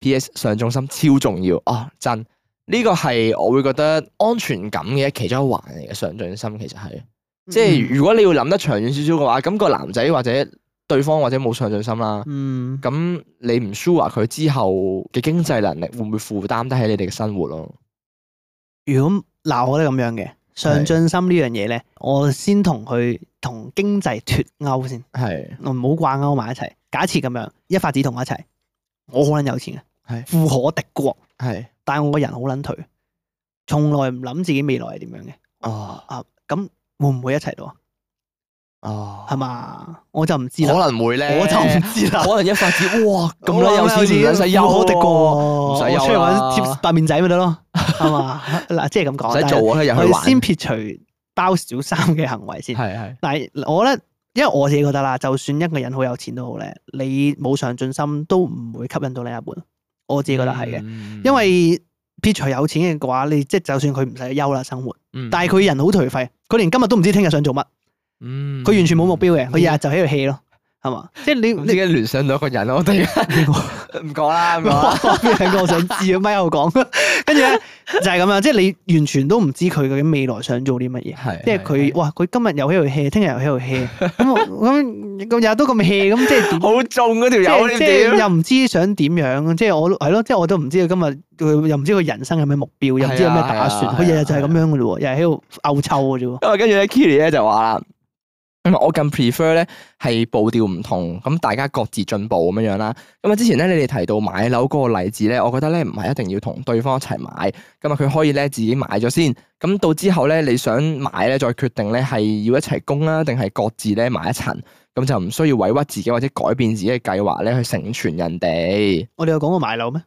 P.S. 上進心超重要哦，真呢個係我會覺得安全感嘅其中一環嚟嘅上進心，其實係嗯即係如果你要諗得長遠少少嘅話，咁個男仔或者對方或者冇上進心啦，嗯，咁你唔 sure 佢之後嘅經濟能力會唔會負擔得起你哋嘅生活咯？嗯如果嗱，我覺得咁樣嘅上進心呢樣嘢咧，我先同佢同經濟脱鈎先，係我唔好掛鈎埋一齊。假設咁樣，一發子同我一齊，我好撚有錢嘅，係富可敵國，係但係我個人好撚頹，從來唔諗自己未來係點樣嘅。哦啊，咁會唔會一齊到啊？哦，係嘛？我就唔知可啦，能會咧，啊我就唔知 啦。可能一發子哇咁我樣話有錢唔使憂啊富可敵喎，國，唔使我憂出去啦揾貼白面仔咪得咯，係嘛？嗱，即係咁唔講，使做啊，入但係去我哋玩先撇除包小三嘅行為先。係係但係我覺得，因為我自己覺得啦，就算一個人好有錢都好咧，你冇上進心都唔會吸引到另一半。我自己覺得係嘅，嘅因為撇除有錢嘅話，你即係就算佢唔使憂啦生活，但係佢人好頹廢，佢連今日都唔知聽日想做乜。嗯，佢完全冇目標嘅，佢日日就喺度 hea 咯，係嘛？即係你咁自你己聯想到一個人咯，我哋 唔講啦，唔講啦，我兩個我想知啊，咪喺度講， 跟住咧就係咁樣，即係你完全都唔知佢究竟未來想做啲乜嘢，係即係佢哇，佢今日又喺度 hea，聽日又喺度 hea，咁我咁咁日日都咁 hea，咁即係點？ 好重嗰條即友係呢即屌係又唔知想點樣，即係我係咯，即係我都唔知佢今日又唔知佢人生有咩目標，又唔知有咩打係啊係算，啊佢日日就係咁樣嘅啫喎，日日喺度漚臭嘅啫喎。因為啊跟住咧，Kiri 咧就話啦，咁啊我更 prefer 咧係步調唔同，咁大家各自進步咁樣樣啦。咁啊，之前咧你哋提到買樓嗰個例子咧，我覺得咧唔係一定要同對方一齊買，咁啊佢可以咧自己買咗先，咁到之後咧你想買咧再決定咧係要一齊供啦，定係各自咧買一層，咁就唔需要委屈自己或者改變自己嘅計劃咧去成全人哋。我哋有講過買樓咩？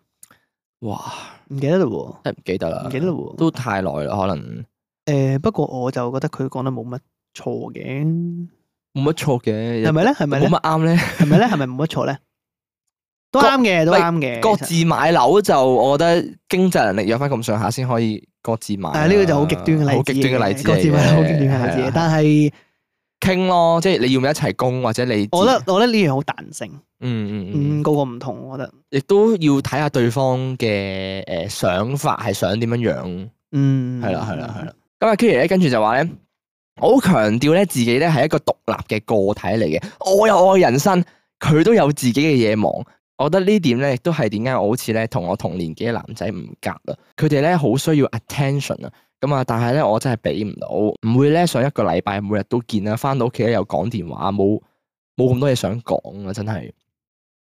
哇！唔記得嘞喎，真係唔記得啦，唔記得嘞喎。都太耐啦，可能誒、不過我就覺得佢講得冇乜錯嘅，冇乜錯嘅，係咪咧？係咪冇咧？乜啱咧。係咪咧？係咪冇乜錯 咧？都各啱嘅，都啱嘅。各其實自買樓就我覺得經濟能力有翻咁上下先可以各自買啦。但係呢個就好極端嘅例子嚟嘅，啊好極端嘅例子嚟嘅，各自買好極端嘅例係子啊。但係傾咯，即係你要唔要一齊供，或者你自我覺得我覺得呢樣好彈性，嗯嗯嗯，嗯，個個唔同，我覺得，亦都要睇下對方嘅誒想法係想點樣樣。嗯，係啦，係啦，係啦。咁啊 k i r 咧，跟住就話咧，我好強調咧，自己咧係一個獨立嘅個體嚟嘅，我有我嘅人生，佢都有自己嘅嘢忙。我覺得呢點咧，亦都係點解我好似咧同我同年紀嘅男仔唔夾啊。佢哋咧好需要 attention 啊。咁啊，但係咧啊我真係俾唔到，唔會咧上一個禮拜每日都見啦，翻到屋企咧又講電話，冇冇咁多嘢想講啊，真係。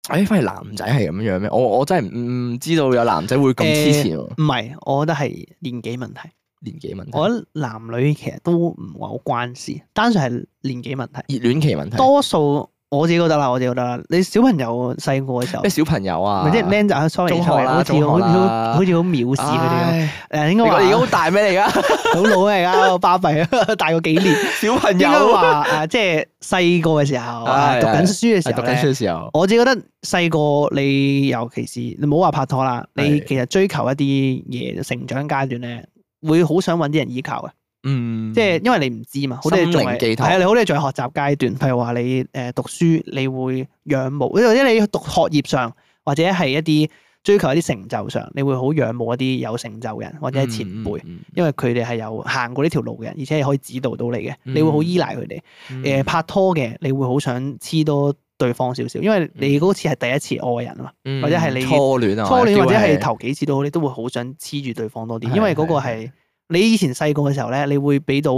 诶，反而男仔係咁樣咩？我我真係唔唔知道有男仔會咁黐線喎，唔係，我覺得係年紀問題。年紀問題、我覺得男女其實都唔話好關事，單純係年紀問題。熱戀期問題，多數我自己覺得啦，我自己覺得啦，你小朋友細個嘅時候咩。小朋友啊，咪即係僆仔，sorry，中學 sorry，啦好似好中學好啦似好好似好藐視佢哋咁。唉誒應你該講話你而家好大咩？你而 家好老啊，而家我巴閉啊， 大過幾年。小朋應友該啊，話誒，即係細個嘅時 候，啊係讀緊係書嘅係時哎讀候緊書咧，嘅時候，我自己覺得細個你尤其是你唔好話拍拖啦，你係其實追求一啲嘢，成長階段咧，會好想揾啲人依靠嘅。嗯，即係因為你唔知嘛，好多嘢仲心靈寄係託係啊，你好多嘢仲係學習階段。譬如話你誒讀書，你會仰慕，或者你讀學業上，或者係一啲追求一啲成就上，你會好仰慕一啲有成就嘅人或者係前輩，嗯，嗯因為佢哋係有行過呢條路嘅人，而且係可以指導到你嘅，嗯你會好依賴佢哋。嗯誒呃拍拖嘅，你會好想黐多對方少少，因為你嗰次係第一次愛人啊嘛，嗯或者係你初戀啊，初戀或者係頭頭幾次都好，你都會好想黐住對方多啲，係因為嗰個係係你以前細個嘅時候咧，你會俾到，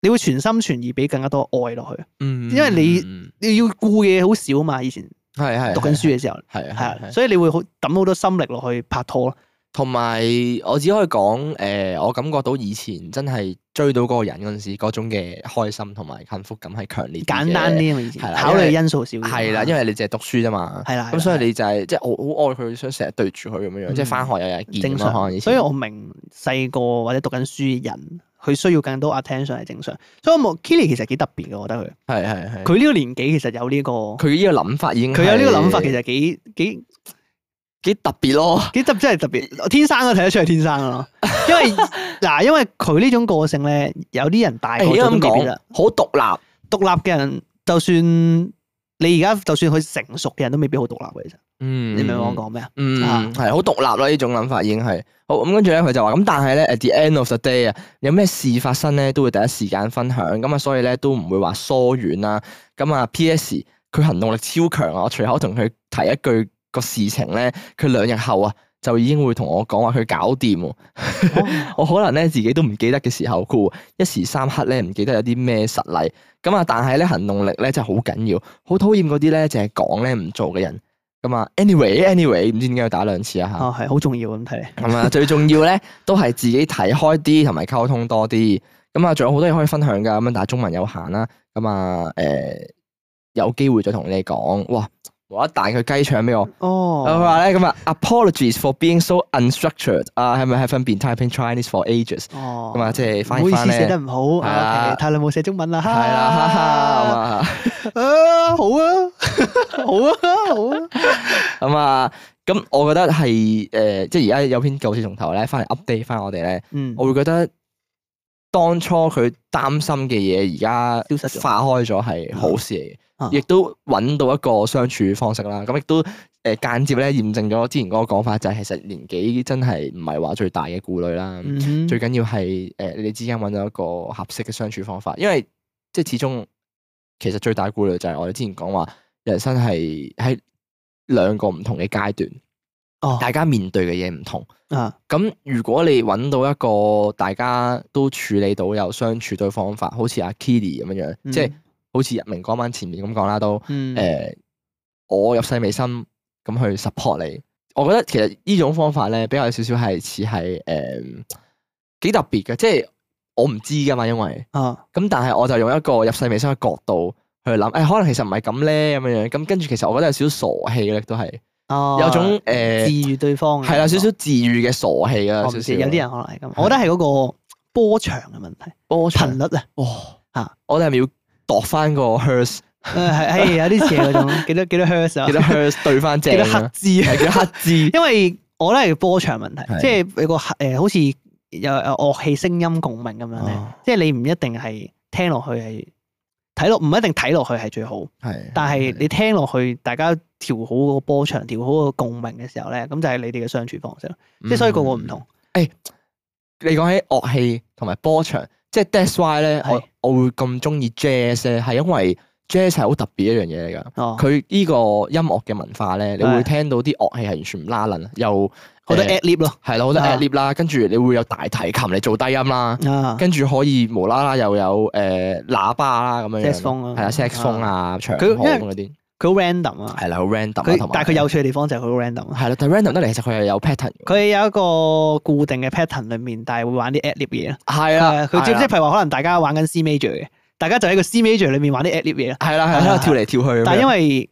你會全心全意俾更加多愛落去。嗯因為你你要顧嘅嘢好少嘛，以前係係讀緊書嘅時候係啊係係啊啊，所以你會好抌好多心力落去拍拖咯。同埋我只可以講，誒、我感覺到以前真係追到嗰個人嗰陣時，嗰種嘅開心同埋幸福感係強烈簡單嘅。啲啊嘛，以前係啦考因慮為因素少啲。係啦，因為你淨係讀書啫嘛，係啦，啊咁係啦所以你就係即係我好愛佢，想成日對住佢咁樣樣，即係嗯翻學又日日見正咁樣可能以常，前所以我明細個或者讀緊書嘅人，佢需要更多 attention 係正常。所以我冇 Kili 其實幾特別嘅，我覺得佢係係係佢佢呢個年紀其實有呢個，佢嗯佢呢個諗法已經有呢個諗法，係其實幾幾幾特別咯，幾特真係特別，天生都睇得出係天生 咯。因為嗱，因為佢呢種個性咧，有啲人大個應該咗都咁未必啦講，。好獨獨立嘅人，就算你而家就算佢成熟嘅人都未必好獨立嘅，其實立，嗯，你明唔明我講咩啊？啊嗯，係好獨立咯，呢種諗法已經係好咁。跟住咧，佢就話咁，但係咧，at the end of the day 啊，有咩事發生咧，都會第一時間分享咁啊，所以咧都唔會話疏遠啦。咁啊，P.S. 佢行動力超強啊！我隨口同佢提一句個事情咧，佢兩日後啊就已經會同我講話佢搞掂喎。我可能咧自己都唔記得嘅時候，佢會一時三刻咧唔記得有啲咩實例咁啊。但係咧行動力咧真係好緊要，好討厭嗰啲咧淨係講咧唔做嘅人咁啊。Anyway，anyway，唔知點解要打兩次啊嚇。哦，係好重要咁睇嚟。咁啊，最重要咧都係自己睇開啲，同埋溝通多啲。咁啊，仲有好多嘢可以分享噶，咁啊樣但係中文有限啦。咁啊，誒、有機會再同你哋講。哇，我一彈佢雞腸俾我。佢哦，話咧咁啊，apologies for being so unstructured 啊，係咪 haven't been typing Chinese for ages？哦，咁啊，即係唔翻好譯意翻思寫咧得。唔好，係啦啊，OK，太耐冇寫中 文啦，係係啦，哈哈，咁，啊，啊好啊， 好啊，好啊，咁啊，咁我覺得係誒、呃即係而家有篇舊事重頭咧，翻嚟 update 翻我哋咧，嗯，我會覺得當初佢擔心嘅嘢，而家消失咗化開咗係好事嚟啊嘅，亦都揾到一個相處方式啦。咁亦都誒間接咧驗證咗之前嗰個講法，就係其實年紀真係唔係話最大嘅顧慮啦。嗯哼最緊要係誒你哋之間揾到一個合適嘅相處方法，因為即係始終其實最大顧慮就係我哋之前講話人生係喺兩個唔同嘅階段，哦大家面對嘅嘢唔同。啊，咁如果你揾到一個大家都處理到有相處對方法，好似阿 Kitty 咁樣樣，即係好似日明嗰晚前面咁講啦，都誒、嗯，呃我入世未深咁去 support 你。我覺得其實呢種方法咧，比較有少少係似係誒幾特別嘅，即係我唔知噶嘛，因為啊，咁但係我就用一個入世未深嘅角度去諗，誒、可能其實唔係咁咧咁樣樣，咁跟住其實我覺得有少少傻氣咧，都係哦有種誒治愈對方嘅係啦，感覺少少自愈嘅傻氣啊，哦我少少唔知有啲人可能係咁，我覺得係嗰個波長嘅問題，波長頻率啊，哇！嚇我哋係咪要度翻個 hertz，誒係係有啲似係 嗰種幾多幾多 hertz 啊，幾多 hertz 對翻正幾多啊赫？茲啊係幾多赫茲？ 因為我咧係波長問題，係即係有個誒、呃好似有有樂器聲音共鳴咁樣咧，哦即係你唔一定係聽落去係睇落，唔一定睇落去係最好，嗯係，但係你聽落去，大家調好嗰個波長，調好個共鳴嘅時候咧，咁就係你哋嘅相處方式咯。即係所以個個唔同。嗯。你講起樂器同埋波長，即係 that's why 咧，係我我會咁中意 jazz 咧，係因為 jazz 係好特別一樣嘢嚟㗎。哦，佢呢個音樂嘅文化咧，你係會聽到啲樂器係完全唔拉楞，又好多誒 ad lib 咯，係啦，好多啊 ad lib 啦，跟住你會有大提琴嚟做低音啦，啊跟住可以無啦啦又有誒喇叭啦咁樣樣， ，saxophone 啊，係啦 s a x o p h o n e 啊、長佢因號為嗰啲，佢好 random 啊，係啦，好 random 啊佢同埋但係佢有趣嘅地方就係佢好 random 啊。係啦，但係 random 得嚟，其實佢係有 pattern 㗎。佢有一個固定嘅 pattern 裏面，但係會玩啲 ad lib 嘢啦。係係啦，啊佢即係啦即係譬如話，可能大家玩緊 C major 嘅，大家就喺個 C major 裏面玩啲 ad lib 嘢啦。係啦，係啦，喺度跳嚟跳去咁樣。啊但係因為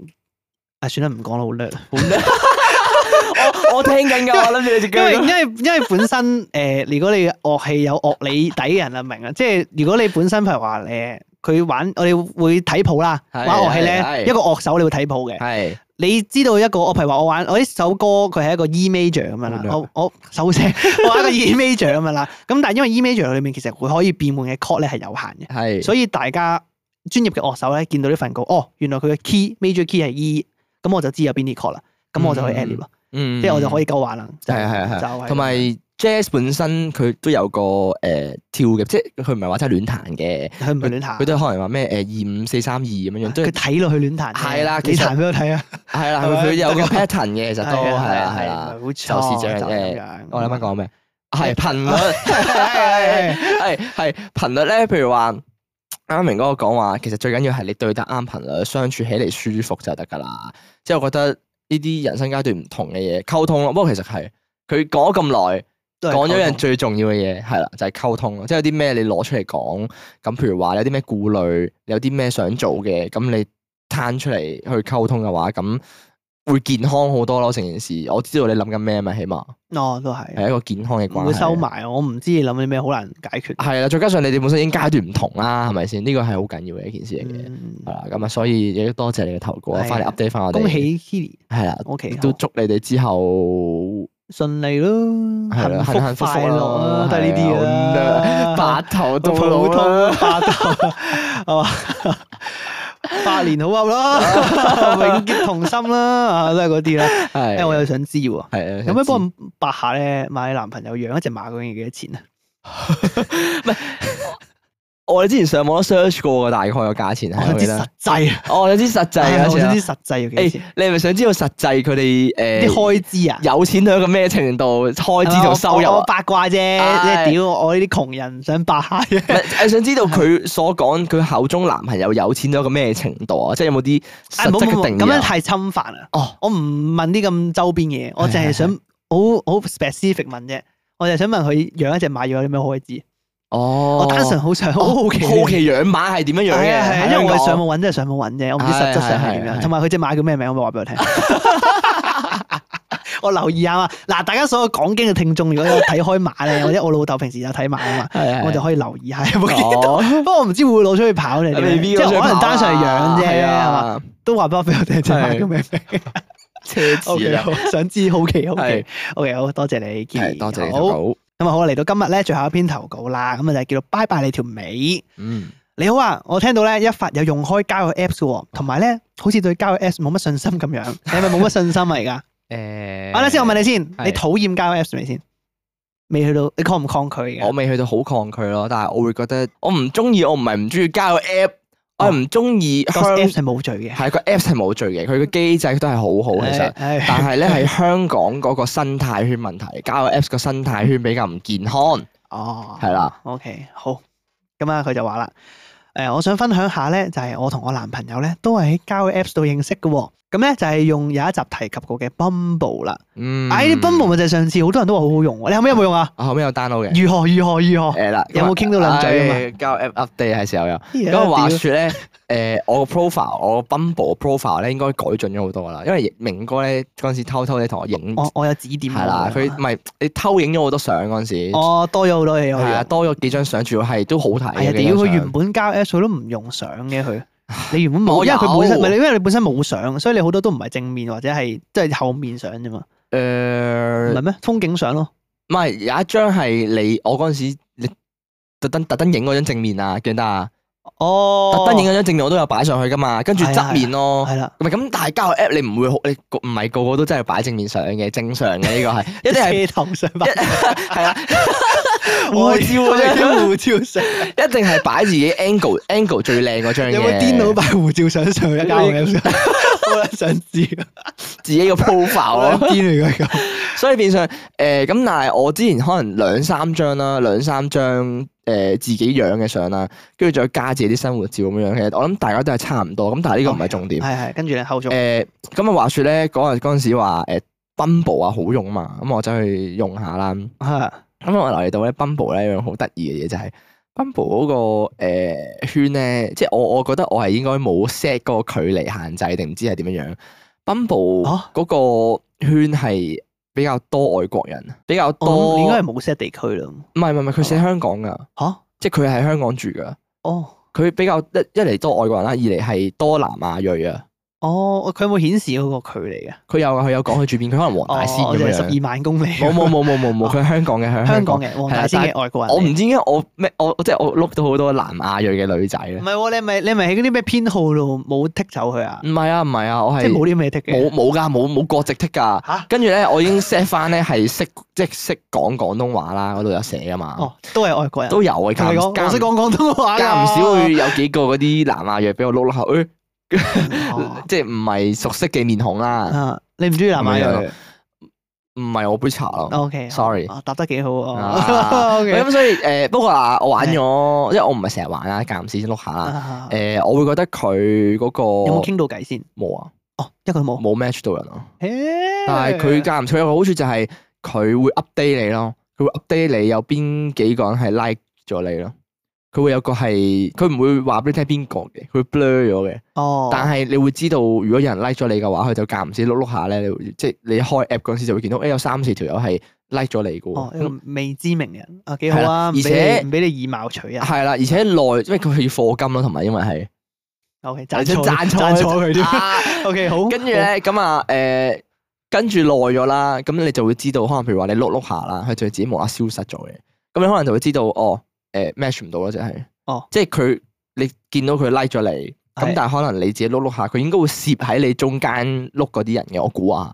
啊，算啦，唔講啦，好叻。好叻 我我聽緊㗎，我諗住你隻因腳為啊因為因為本身誒、 呃如果你樂器有樂理底嘅人就明啊，即係如果你本身譬如話誒，佢玩我哋會睇譜啦，係玩樂器係係咧，一個樂手你會睇譜嘅。係你知道一個我譬如話我玩我呢首歌佢係一個 E major 咁樣啦好，叻我我手聲 我玩一個 E major 咁樣啦，咁但係因為 E major 裏面其實佢可以變換嘅 chord 咧係有限嘅，係，所以大家專業嘅樂手咧見到呢份稿，哦原來佢嘅 key major key 係 E，咁我就知有邊啲 chord 啦，咁我就可以嗯 add 咯。嗯即係我就可以夠玩啦。就係啊係係就係同埋 jazz 本身佢都有個誒、呃跳嘅，即係佢唔係話真係亂彈嘅，佢唔係亂佢彈，啊都可能話咩誒二五四三二咁樣樣，都佢睇落去亂彈嘅。係啦你其實彈俾我睇啊！係啦，啊係咪佢佢有 個 pattern 嘅，其實都係啊啦係啊啦。冇錯，就是這樣就係咁嘅樣。我哋啱啱講咩？嗯係頻率，係係係係頻率咧。譬如話啱啱明哥講話，其實最緊要係你對得啱頻率，相處起嚟舒服就得㗎啦。即係我覺得呢啲人生階段唔同嘅嘢溝通咯。不過其實係佢講咗咁耐。都係講咗一樣溝通最重要嘅嘢，係啦，就係、溝通咯。即係有啲咩你攞出嚟講，咁譬如話有啲咩顧慮，有啲咩想做嘅，咁你攤出嚟去溝通嘅話，咁會健康好多咯。成件事，我知道你諗緊咩啊嘛，起碼哦，都係啊係一個健康嘅唔關會係。收埋。我唔知你諗啲咩，好難解決。係啦，再加上你哋本身已經階段唔同啦，係咪先？呢個係好緊要嘅一件事嚟嘅。嗯係啦，咁啊，所以亦都多謝你嘅投稿啊，係翻嚟 update 翻我哋。恭喜 Kiri，係啦， OK，都好祝你哋之後順利咯，係啦，幸幸幸福福快福樂啦啊，都係呢啲係啦 啊。白頭到好老普啦通八斗係嘛？ 百年好合 啦，永結同心啦，啊都係嗰啲啦。係誒，我又想知喎。係啊有咩幫我白下咧買男朋友養一隻馬究竟要幾多錢啊？我哋之前上網都 search 過嘅，大概個價錢 我係想記知得實。際啊，哦，有啲實際係啊， 啊，我想知知實際要幾多誒錢？，你係咪想知道實際佢哋誒啲開支啊，有錢到一個咩程度，開支同收入我我啊？八卦啫，唉即係屌我呢啲窮人想白下 嘅。 唔係我想知道佢所講佢口中男朋友有錢到一個咩程度啊？即係有冇啲實唉哎唔好質唔好嘅定咁樣義啊？太侵犯啦。哦，我唔問啲咁周邊 嘢，我淨係想好好 specific 問啫。我就想問佢養一隻馬要有啲咩開支？哦，我單純好想好好奇，好奇養馬係點哦樣樣係啊嘅？係啊，因為我係上網揾，真係上網揾啫，我唔知實質上係點係係係樣。同埋佢只馬叫咩名，可唔可以話俾我聽？ 我留意下嘛。嗱，大家所有講經嘅聽眾，如果有睇開馬咧， 或者我老豆平時有睇馬啊嘛，係 我就可以留意下有冇見到。哦不過我唔知會唔會攞出去跑定點未樣，必啊即我想係可能單純係養啫，係係嘛？啊，都話俾我俾我聽只馬叫咩 名。奢 O 侈 K，啊，好想知，好奇，好奇係。 O K，好多謝你，係 Kitty 多謝你好投稿，咁啊，好啦，嚟到今日咧最後一篇投稿啦，咁啊就係叫做拜拜你條尾。嗯，你好啊，我聽到咧一發有用開交友 Apps 嘅喎，同埋咧好似對交友 Apps 冇乜信心咁 樣，你係咪冇乜信心啊而家？誒，好啦，先我問你先，係你討厭交友 Apps 未先？未去到，你抗唔抗拒嘅？我未去到好抗拒咯，但係我會覺得我唔中意，我唔係唔中意交友 app，我係唔中意香個 Apps 係冇罪嘅，係個 app 係冇罪嘅，佢個機制都係好好其實， 唉但係咧係香港嗰個生態圈問題，交友 apps 個生態圈比較唔健康，哦，係啦。 OK，好。咁啊，佢就話啦，誒、我想分享下咧，就係、我同我男朋友咧，都係喺交友 Apps 度認識嘅喎、咁咧就係用有一集提及過嘅 Bumble 啦。嗯，唉、Bumble 咪就係上次好多人都話好好用喎，你後尾有冇用啊？我後尾有 download 嘅，如何如何如何？誒啦，有冇傾到兩嘴啊嘛唉交友 app update 係時候有。 咁啊話説咧，誒、我個 profile，我個 Bumble 個 profile 咧應該改進咗好多啦，因為明哥咧嗰陣時偷偷地同我影，我我有指點係啦，佢唔係你偷影咗好多相嗰陣時，我多咗好多嘢可以係啊，用。多咗幾張相，主要係都好睇哦係啊，嘅幾屌張佢相。原本交 Apps 佢都唔用相 嘅佢，你原本冇，我因為佢本身唔有係你，因為你本身冇相，所以你好多都唔係正面或者係即係後面相啫嘛，唔誒係咩？風景相咯，唔係有一張係你我嗰陣時你特登特登影嗰張正面啊，記唔記得啊？哦，特登影嗰張正面我都有擺上去噶嘛，跟住係啊側面咯。係啦，唔係咁，但係交友 app 你唔會好，你個唔係個 個都真係擺正面相嘅，正常嘅呢個係，一定係 啊車頭相吧，係啦，護照 我哋啊傾護 照相，一定係擺自己 angle angle 最靚嗰張嘅。有冇癲佬擺護照相上一間我嘅相？ 好撚想知， 自 己個 profile 好撚咯？癲啊嚟㗎咁。所以變相诶咁，但係我之前可能兩三張啦，兩三張诶自己樣嘅相啦，跟住再加自己啲生活照咁樣。其實我諗大家都係差唔多，咁但係呢哦個唔係重點。係係，跟住咧後續誒咁啊，話說咧嗰日嗰陣時話誒呃 Bumble 啊好用嘛，咁我走去用下啦。咁啊我留意到咧 Bumble 咧一樣好得意嘅嘢就係、Bumble 嗰、個、誒圈咧，即係我我覺得我係應該冇 set 嗰個距離限制定唔知係點樣樣。Bumble 啊嗰個圈係比較多外國人，比較我諗多哦你應該係唔冇 set 地區係啦。唔係唔係佢寫香港噶，吓？即係佢係香港住噶。哦佢比較一一嚟多外國人啦，二嚟係多南亞裔啊。哦，佢有冇顯示嗰個距離嘅？佢有佢有講佢住邊，佢可能黃大仙哦咁我就樣係十二萬公里。冇冇冇冇冇冇，佢係香港嘅，佢係 香香港港嘅。嘅黃大仙係啊嘅外國人嚟。我唔知點解我咩我即係我碌到好多南亞裔嘅女仔唔咧。係喎，你係咪你係咪喺嗰啲咩偏好度冇剔走佢啊唔？係啊唔係啊，我即係係冇啲咩剔嘅。冇冇㗎，冇冇國籍剔㗎。吓？跟住咧，我已經 set 翻咧係識即係識講廣東話啦，嗰度有寫㗎嘛，哦，都係外國人。都有嘅。同間你唔講，間我識講廣東話㗎間唔少會有幾個嗰啲南亞裔俾我碌碌下，誒哦即係唔係熟悉嘅面孔啦，啊！你唔中意南亞咁樣人啊唔係我杯茶咯。 ？O K。 Sorry 啊答得幾好啊啊 ！O 喂 K 咁。所以誒，不過啊，我玩咗，因為我唔係成日玩啦，間唔時先碌下啦。啊誒、我會覺得佢嗰個有冇傾到偈先？冇啊，哦，一個都冇。冇 match 到人咯。但但係佢間唔中有個好處就係佢會 update 你咯，佢會 update 你有邊幾個人係 like 咗你咯。佢會有個係，佢唔會話俾你聽邊個嘅，佢會 blur 咗嘅。哦，但係你會知道，如果有人 like 咗你嘅話，佢就間唔時碌碌下咧，你會即係你開 app 嗰陣時就會見到，誒、有三四條友係 like 咗你嘅喎。哦，一咁個未知名人啊，幾好啊！係啦而而且且唔俾你以貌取人。係啦，而且耐，因為佢要課金咯，同埋因為係 O K，而贊且錯 贊錯贊錯 佢添。啊 O K，好。跟住咧，咁啊，誒，跟住耐咗啦，咁你就會知道，可能譬如話你碌碌下啦，佢就會自己無啦啦消失咗嘅，咁你可能就會知道，哦，誒 match 唔到咯，即係，哦，即係佢你見到佢 like 咗你，咁係但係可能你自己碌碌下，佢應該會攝喺你中間碌嗰啲人嘅，我估啊，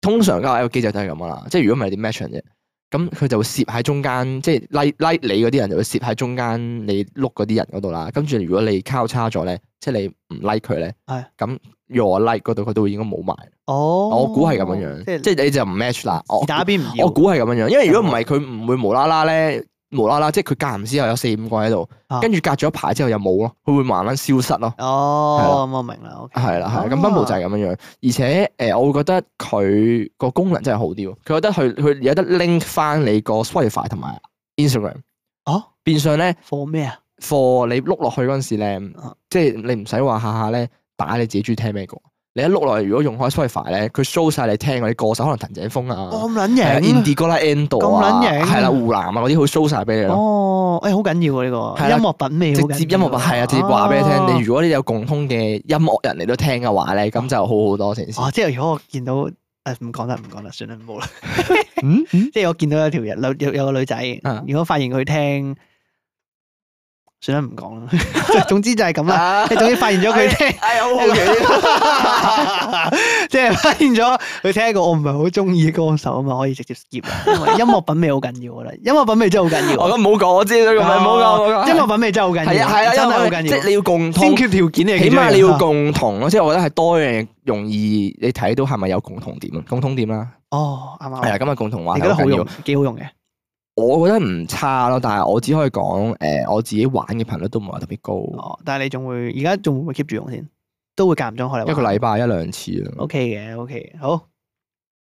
通常交友機制都係咁啦，即係如果唔係你 match 啫。咁佢就會攝喺中間，即係 like like 你嗰啲人就會攝喺中間你碌嗰啲人嗰度啦。跟住如果你交叉咗咧，即係你唔 like 佢咧係，咁 your like 嗰度佢都應該冇埋。哦，我估係咁樣樣，即係即係你就唔 match 啦。我是打邊唔要。我估係咁樣樣，因為如果唔係佢唔會無啦啦咧，無啦啦即係佢隔唔之後有四五個喺度啊，跟住隔咗一排之後又冇咯，佢會慢慢消失咯。哦，咁我明啦，OK。係啦，係啦，咁啊 Bumble 就係咁樣樣，而且誒、呃我會覺得佢個功能真係好啲喎。佢覺得佢佢有得 link 翻你個 Spotify 同埋 Instagram，哦，變相咧 for 咩啊？ ，for 你碌落去嗰陣時咧啊，即係你唔使話下下咧打你自己中意聽咩歌，你一碌落去如果用開 Spotify 咧，佢 show 晒你聽嗰啲歌手，可能藤井風啊。咁撚係啊型。 Indigo 啦、Endo 咁啊，撚型係啦、湖南啊嗰啲，好 show 晒俾你咯。哦，誒好緊要喎呢個係啦音樂品味好緊要，直接音樂吧係啊，直接話俾你哦聽。你如果你有共通嘅音樂人，你都聽嘅話咧，咁就好好多成件事。啊哦，即係如果我見到誒唔講得唔講得，算啦冇啦。 嗯嗯即係我見到有條人有有有個女仔啊，如果發現佢聽，算啦唔講啦。即 係總之就係嗯咁啊啦。啊你總之發現咗佢聽， 哎呀，好好 即係發現咗佢聽一個我唔係好中意嘅歌手啊嘛，可以直接 skip 啦。因 為音樂品味好緊要，我覺得音樂品味真係好緊要。啊我咁唔好講，我知道咁啊咪唔好講，唔好講。哦音樂品味真係好緊係要，啊係啊，真係因好為緊即要。係你要共先通，決條件嚟啊嘅，起碼你要共同咯。即係我覺得係多樣嘢容易，你睇到係咪有共同點啊？共通點啦，哦，啱啱。係啊，咁啊共同話你題覺得好緊要用，。幾好用嘅。我覺得唔差咯，但係我只可以講誒，我自己玩嘅頻率都唔係話特別高，哦，但係你仲會而家仲會唔會 keep 住用先？都會間唔中可能一個禮拜一兩次啦。 O K 嘅，O K 好。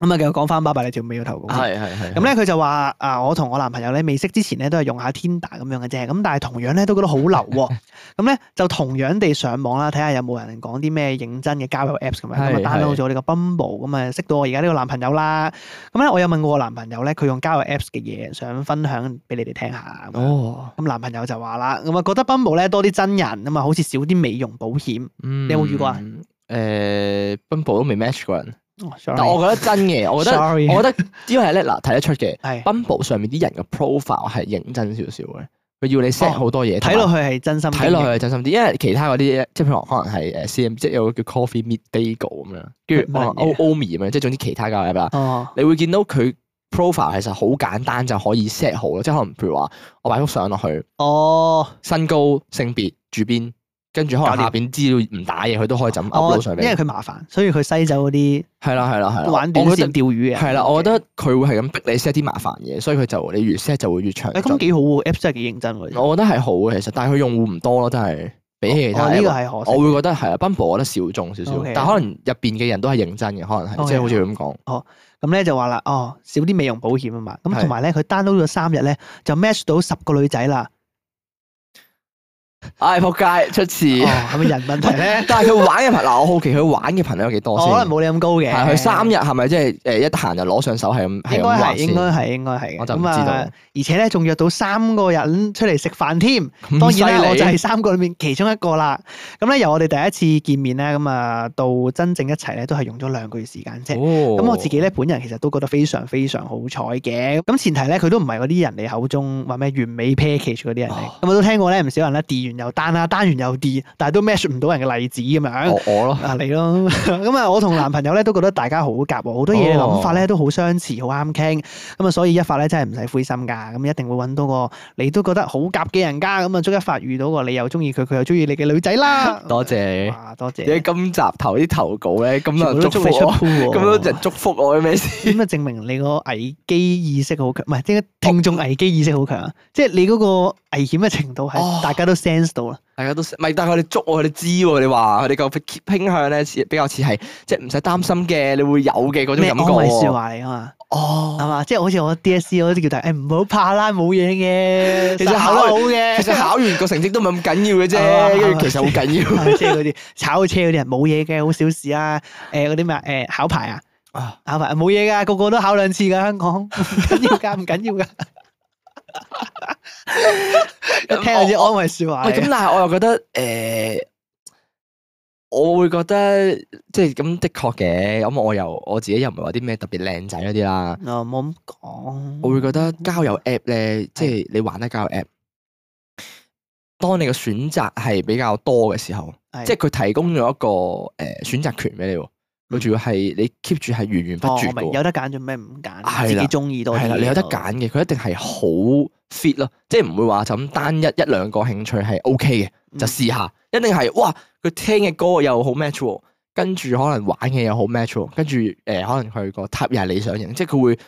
咁啊，繼續講翻巴閉你條尾要投稿。係係係。咁咧，佢就話啊，我同我男朋友咧未識之前咧都係用下 Tinder 咁樣嘅啫，咁但係同樣咧都覺得好流 喎。咁咧就同樣地上網啦，睇下有冇人講啲咩認真嘅交友 Apps 咁樣，係咁啊係 download 咗呢個 Bumble，咁啊識到我而家呢個男朋友啦。咁咧我有問過我男朋友咧，佢用交友 Apps 嘅嘢想分享俾你哋聽下。咁樣哦，咁男朋友就話啦，咁啊覺得 Bumble 咧多啲真人，咁啊好似少啲美容保險。你有冇遇過啊？嗯誒，Bumble 都未 match 過人，哦但 sorry，我覺得真嘅，我覺得 sorry，我覺得因為咧嗱睇得出嘅係，Bumble 上面啲人嘅 profile 係認真少少嘅，佢要你 set 好多嘢，哦睇落去係真心同埋睇落去去係真心啲，因為其他嗰啲即係譬如可能係誒 CM，即係有個叫 Coffee Meet Bagel 咁樣，跟住乜嘢啊 O Omi 咁樣，即係總之其他嘅 app 啦，哦你會見到佢 profile 其實好簡單就可以 set 好咯，即係可能譬如話我擺幅相落去，哦，身高、性別、住邊，跟住可能搞掂下邊資料唔打嘢，佢都可以就咁 upload 哦，上因為嚟。佢麻煩，所以佢西走嗰啲係啦係啦係啦，玩短我覺線得釣魚嘅。係啦，我覺得佢會係咁逼你 set 啲麻煩嘢，所以佢就你越 set 就會越長誒咁進。幾好喎，Apps 真係幾認真喎。我覺得係好嘅其實，但係佢用戶唔多咯，真係比起其他哦呢 app 個係可我惜。會覺得係啊，Bumble 我覺得少眾少少 OK，哦啊但可能入邊嘅人都係認真嘅，可能係 OK，即係好似佢咁講，咁咧就話啦，哦，少啲美容保險啊嘛。咁係同埋咧，佢 download 咗三日咧，就 match 到十個女仔啦。唉仆街出哦，事。？係咪人問題咧 但係佢玩嘅朋，嗱我好奇佢玩嘅朋友有幾多我先？可能冇你咁高嘅。係佢三日係咪即係誒一得閒就攞上手係咁係咁應該係玩先應該係應該係嘅。我就唔咁啊知道而且咧仲約到三個人出嚟食飯添。咁當然嗯犀啦，利我就係三個裏面其中一個啦。咁咧由我哋第一次見面咧，咁啊到真正一齊咧，都係用咗兩個月時間啫。咁咁我自己咧本人其實都覺得非常非常好彩嘅。咁前提咧，佢都唔係嗰啲人哋口中話咩完美 package 嗰啲人嚟。哦咁我都聽過咧，唔少人咧 d 完又單啦，單完又 d 但係都 match 唔到人嘅例子咁樣。我 我咯，啊，你咯， 咁啊，我同男朋友咧都覺得大家好夾喎，好多嘢哦諗法咧都好相似，好啱傾，咁啊，所以一發咧真係唔使灰心㗎，咁一定會揾到個你都覺得好夾嘅人㗎，咁啊，祝一發遇到個你又中意佢，佢又中意你嘅女仔啦。多謝哇，多你。你謝，今集頭啲投稿咧，哦咁多全部人祝都祝福 你出 我，鋪喎，咁多人祝福我咩 事？咁啊，證明你個危機意識好強，唔係即係聽眾危機意識好強啊！即係你嗰個危險嘅程度哦係大家都 sense 到啦。大家都識唔係，但係佢哋捉我，佢哋知喎。你話佢哋個傾向咧，似比較似係即係唔使擔心嘅，你會有嘅嗰種咩感安覺慰喎。説話嚟啊嘛，係哦，嘛？即係好似我 DSE 嗰啲叫大家，誒唔好怕啦，冇嘢嘅， 其實考考得好嘅，其實考完個成績都唔係咁緊 要嘅係嘛啫，跟住其實好緊要係即係嗰啲 炒車嗰啲人冇嘢嘅，好小事啊！誒嗰啲咩啊誒考牌啊， 啊。考牌冇嘢㗎，個個都考兩次㗎，香港唔緊 要㗎，唔緊要㗎。 一聽就知安慰説話哦喂，嚟嘅咁。但係我又覺得誒，我會覺得即係咁的確嘅。咁我又我自己又唔係話啲咩特別靚仔嗰啲啦。啊，冇咁講。我會覺嗯得交友 app 咧，即係你玩得交友 app，當你嘅選擇係比較多嘅時候，係即係佢提供咗一個誒選擇權俾你喎，佢仲要係你 keep 住係源源不嗯哦絕我明嘅有喎，得揀就咩唔係啦揀，自己中意多啲。係啦，你有得揀。嘅，佢一定係好 fit 咯，即係唔會話就咁單一一兩個興趣係 OK 嘅，就嗯試下，一定係哇佢聽嘅歌又好 match 喎，跟住可能玩嘅又好 match 喎，跟住誒可能佢個 type 又係理想型，即係佢會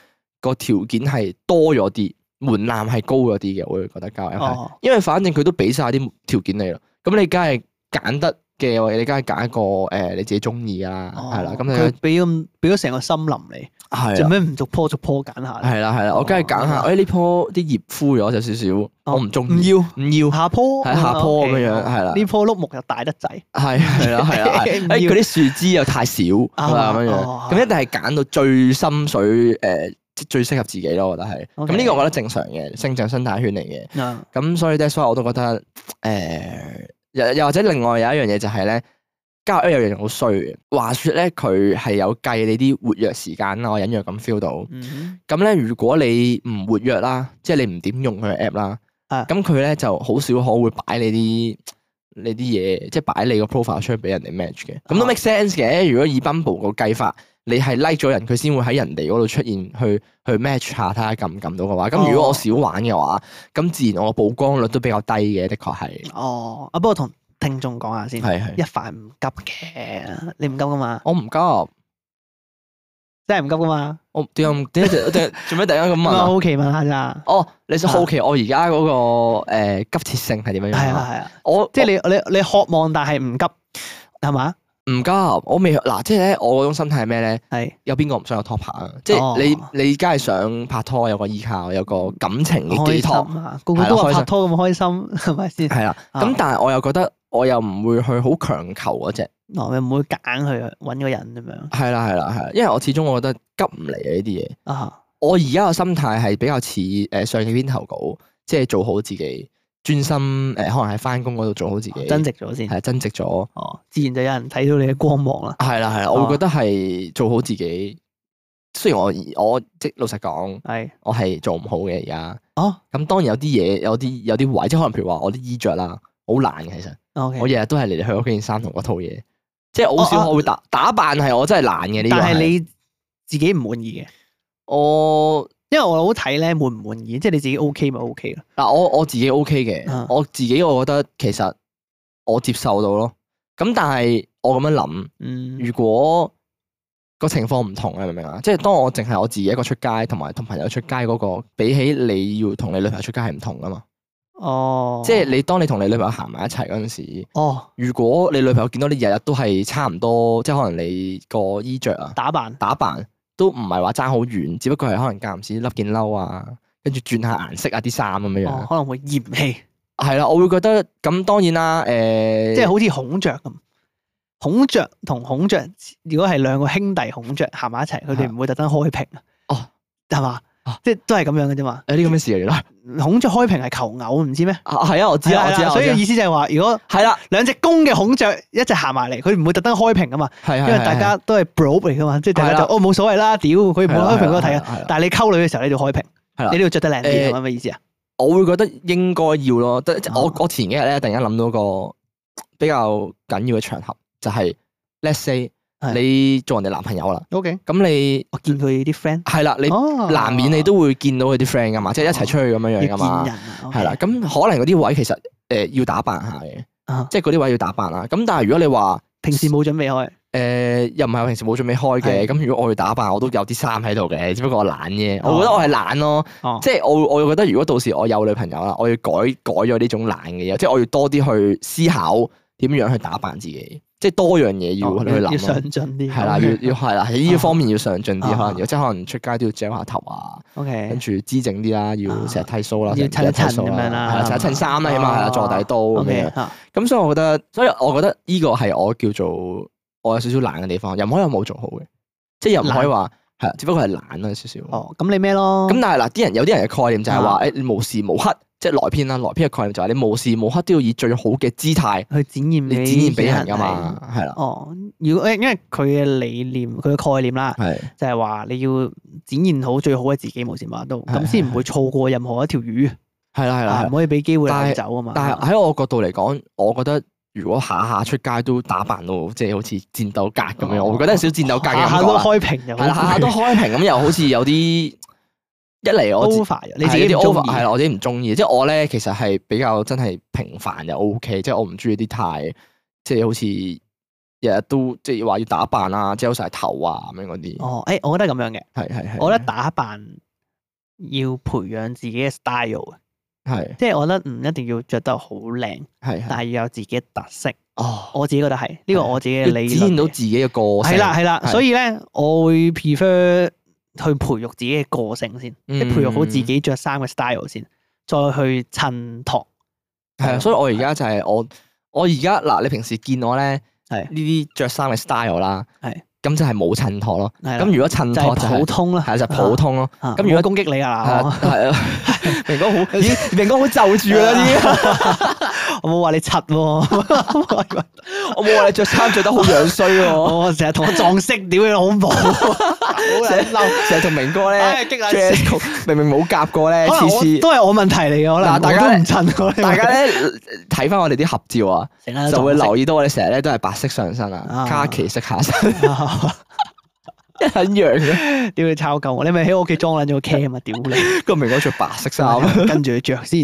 個條件係多咗啲，門檻係高咗啲嘅，我會覺得交友 app 係哦，因為反正佢都俾晒啲條件你啦，咁你梗係揀得嘅，或者你梗係揀一個誒、呃你自己中意㗎啦，係啦、哦咁佢你俾咁俾咗成個森林你，係做啦，咩唔逐棵逐棵揀下咧？係啊啦，係啦，我梗係揀下，哎哦誒呢棵啲葉枯咗就少少，我唔中唔意，要，唔要，下棵嗯係啊下棵咁樣樣，係啦，呢棵碌木又大得滯，係啊係啦 係啦，係誒唔要佢啲樹枝又太少啦咁樣哦樣，咁一定係揀到最深水誒，即係最適合自己咯，我覺得係，咁呢個我覺得正常嘅，成長生態圈嚟嘅。 啊咁所以 that's why 我都覺得誒，又、又或者另外有一樣嘢就係咧，交友 app 有樣嘢好衰嘅。話説咧，佢係有計你啲活躍時間啦，我隱約咁 feel 到。嗯咁咧，如果你唔活躍啦，即係你唔點用佢嘅 app 啦，啊咁佢咧就好少可會擺你啲你啲嘢，即係擺你個 profile 出去俾人哋 match 嘅。咁都啊 make sense 嘅。如果以 Bumble 個計法，你係 like 咗人，佢先會喺人哋嗰度出現去去 match 下，睇下撳唔撳到嘅話。咁如果我哦少玩嘅話，咁自然我個曝光率都比較低嘅，的確係哦，啊不過同聽眾講下先，係係一。發唔急嘅，你唔急噶嘛，我唔急，我真係唔急噶嘛，點解咁點解突突 做咩突然間咁咁問啊啊？好奇問下咋，哦，你想好奇我而家嗰個誒急切性係點樣樣係啊？啊係啊，我即係你你你渴望但係唔急係嘛，唔急，我未嗱，即係咧，我嗰種心態係咩咧？係有邊個唔想有拖拍啊？即哦係你你梗係想拍拖，有個依靠，有個感情嘅開寄託，心啊，個個都係啦開話心拍拖咁開心係咪先？係啦。咁啊但係我又覺得我又唔會去好強求嗰只，我哦你唔會揀去揾個人咁樣係啦係啦係啦，因為我始終我覺得急唔嚟嘅呢啲嘢。啊，我而家嘅心態係比較似誒上幾篇投稿，即係做好自己，專心誒、呃可能喺翻工嗰度做好自己，啊增值咗先，係增值咗。哦，自然就有人睇到你嘅光芒啦，係啦係啦，我哦會覺得係做好自己。雖然我我即老實講，係我係做唔好嘅而家。哦咁當然有啲嘢，有啲有啲位，即係可能譬如話我啲衣着啦，好難嘅其實， ，OK 我。日日都係嚟嚟去去嗰件衫同嗰套嘢，即係好哦少哦我會打打扮係我真係難嘅呢個係。但係你自己唔滿意嘅，我因為我好睇咧滿唔滿意，即係你自己 OK 咪 OK 咯。嗱，我我自己 O K 嘅嗯，我自己我覺得其實我接受到咯。咁但係我咁樣諗，嗯如果個情況唔同你明唔明啊？即係當我淨係我自己一個出街，同埋同朋友出街嗰、個，比起你要同你女朋友出街係唔同噶嘛。哦，即係你當你同你女朋友行埋一齊嗰陣時，哦如果你女朋友見到你日日都係差唔多，即係可能你個衣着啊、打扮哦打扮都唔係話爭好遠，只不過係可能間唔時笠件褸啊，跟住轉下顏色啊啲衫咁樣樣。哦可能會嫌棄，係啦，我會覺得咁當然啦，誒、即係好似孔雀咁。孔雀同孔雀，如果係兩個兄弟孔雀行埋一齊，佢哋唔會特登開屏。啊啊哦，係嘛啊？即係都係咁樣嘅啫嘛。誒呢個咩事嚟原來孔雀開屏係求偶，唔知咩？啊係啊，我知啊，我知係啊，所以我知啊意思就係話，如果係啦，兩隻公嘅孔雀一隻行埋嚟，佢唔會特登開屏噶嘛，係因係為大家都係 bro 嚟噶嘛，即係大家就係啦哦冇所謂啦，屌佢唔會開屏俾我睇啊。啊。但係你溝女嘅時候，你就開屏係啦，你都要着得靚啲，誒係咪咩意思啊？我會覺得應該要咯，得即係我啊我前幾日咧突然間諗到個比較緊要嘅場合，就係 let's say 係你做人哋男朋友啦， O K，咁你我見佢啲 friend，係啦，你哦難免你都會見到佢啲 friend 噶嘛，即係一齊出去咁樣樣噶要見人嘛，啊，OK 係啦，咁可能嗰啲位其實誒要打扮下嘅，啊即係嗰啲位要打扮啦。咁但係如果你話平時冇準備開，誒、又唔係我平時冇準備開嘅，係咁如果我要打扮，我都有啲衫喺度嘅，只不過我懶啫。我覺得我係懶咯，哦即係我我會覺得如果到時我有女朋友啦，我要改改咗呢種懶嘅嘢，即係我要多啲去思考點樣去打扮自己，即係多樣嘢要哦去要諗上咯。進啲，係啦，要要係啦，喺呢方面要上進啲，啊可能要即係可能出街都要 gel 下頭啊， O 跟 K，住姿整啲啦，啊要成日剃須啦，要成日剃襯一襯鬚啊咁樣啦係襯一襯衫啦，啊起碼係啦，哦坐底刀 O 咁 K 樣。嚇，咁所以我覺得，所以我覺得呢個係我叫做我有少少懶嘅地方，又唔可以話冇做好嘅，即係又唔可以話係啊，只不過係懶啦少少。咁、哦咁你咩咯？但係嗱，啲人有啲人嘅概念就係啊話，誒、你無時無刻，即係萊編啦，萊編嘅概念就係你無時無刻都要以最好嘅姿態去展現你俾展現俾人噶係嘛，係啦，哦，如果因為佢嘅理念、佢嘅概念啦，係就係話你要展現好最好嘅自己，無時無刻都係咁先唔會錯過任何一條魚，係啦係啦啊係唔啦。可以俾機會但係流走啊嘛。但係喺我角度嚟講，我覺得。如果下下出街都打扮到即係好似戰鬥格咁樣，哦我會覺得有少少戰鬥格嘅下下感覺都啦。開屏就係啦，下 下都開屏咁，又好似有啲一嚟我自 over，你啊自己係唔有啲中 over 係意啦，我自己唔中意。即係我咧，其實係比較真係平凡就 O K，即係我唔中意啲太即係好似日日都即係話要打扮啊，遮好晒頭啊咁樣嗰啲。哦，誒，我覺得係咁樣嘅，係係係，我覺得打扮要培養自己嘅 style 嘅係即係我覺得唔一定要着得好靚，係係但係要有自己嘅特色。哦，我自己覺得係呢個我自己嘅要理展念。現到自己嘅個性。係啦係啦，係所以咧，我會 prefer 去培育自己嘅個性先，嗯即係培育好自己着衫嘅 style 先，再去襯托。係啊，所以我而家就係我我而家嗱，你平時見我咧係呢啲着衫嘅 style 啦，係咁就係冇襯托咯。係咁啦如果襯就托就係普係通啦，係就普通咯。啊。咁咁如如果果攻擊你啊，係我啊係啊， 明哥好，咦明哥好就啊住啦啲。我冇話你柒喎， 我冇話你着衫着得好樣衰 喎，我成日同我撞色，屌你老 母，啊好成日撚嬲，成日同明哥唉咧激撚死 dress code 明明冇夾過咧，可次能我次都係我問題嚟嘅，可能嗱大我家都咧唔襯我。 大家咧睇翻我哋啲合照啊， 成日都就會撞色留意到我哋成日咧都係白色上身啊，啊卡其色下身， 一樣嘅。屌你抄鳩我，你咪喺我屋企裝撚咗個 cam 啊！屌 你，個明哥着白色衫，跟住佢着先。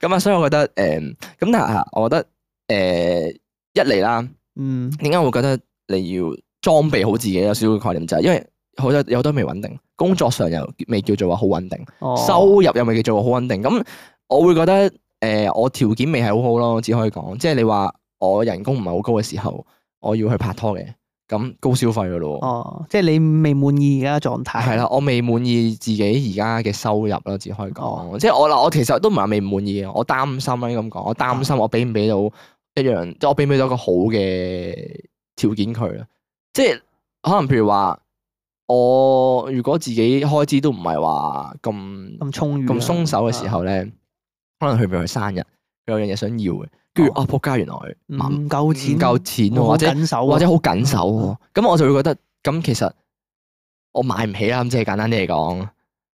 咁啊，所以我覺得誒，咁但係啊我覺得誒一嚟啦，嗯，點解會覺得你要裝備好自己有少少概念，就係因為好多有好多未穩定，工作上又未叫做話好穩定。哦收入又咪叫做好穩定。咁我會覺得誒、呃我條件未係好好咯，只可以講，即係你話我人工唔係好高嘅時候，我要去拍拖嘅，咁高消費嘅咯哦，即係你未滿意而家嘅狀喎。態。係啦，我未滿意自己而家嘅收入啦，只可以講，哦啊即係我嗱，我其實都唔係話未滿意嘅，我擔心啦，應該咁講，我擔心我俾唔俾到一樣，即係我俾唔俾到一個好嘅條件佢啦，即係可能譬如話，我如果自己開支都唔係話咁咁啊充裕啦，啊咁鬆手嘅時候咧，可能佢譬如佢生日，佢有樣嘢想要嘅，跟住啊仆街，原來啊，唔唔夠哦錢，唔夠錢喎，我或好者緊手啊，或者好緊手喎，咁我就會覺得咁其實我買唔起啦，咁即係簡單啲嚟講，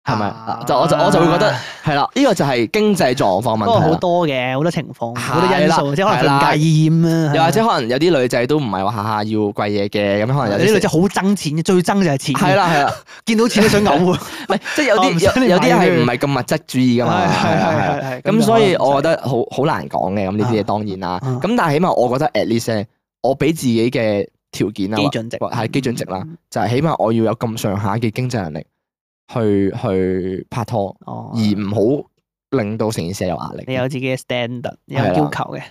係咪？啊就我就我就會覺得係啦，呢個就係經濟狀況不過問題好啦。多嘅，好多情況，好多係因啦素，即係可係能啦佢唔介意咁啊。又或者可能有啲女仔都唔係話下下要貴嘢嘅，咁可能有有啲啲女仔好憎錢嘅，最憎就係錢。係，啦係啦，見到錢都想嘔啊！唔係即係有 我唔想啲你有有啲買佢係唔係咁物質主義㗎嘛？係啦係啦。係咁所以我覺得得好好難講嘅，咁呢啲嘢啊當然啦。啊咁但係起碼我覺得 at least 呢我俾自己嘅條件啊，基準值或係基準值啦，就係起碼我要有咁上下嘅經濟能力去去拍拖，哦而，唔好令到成件事有壓力。你有自己嘅 standard，有係啦要求嘅。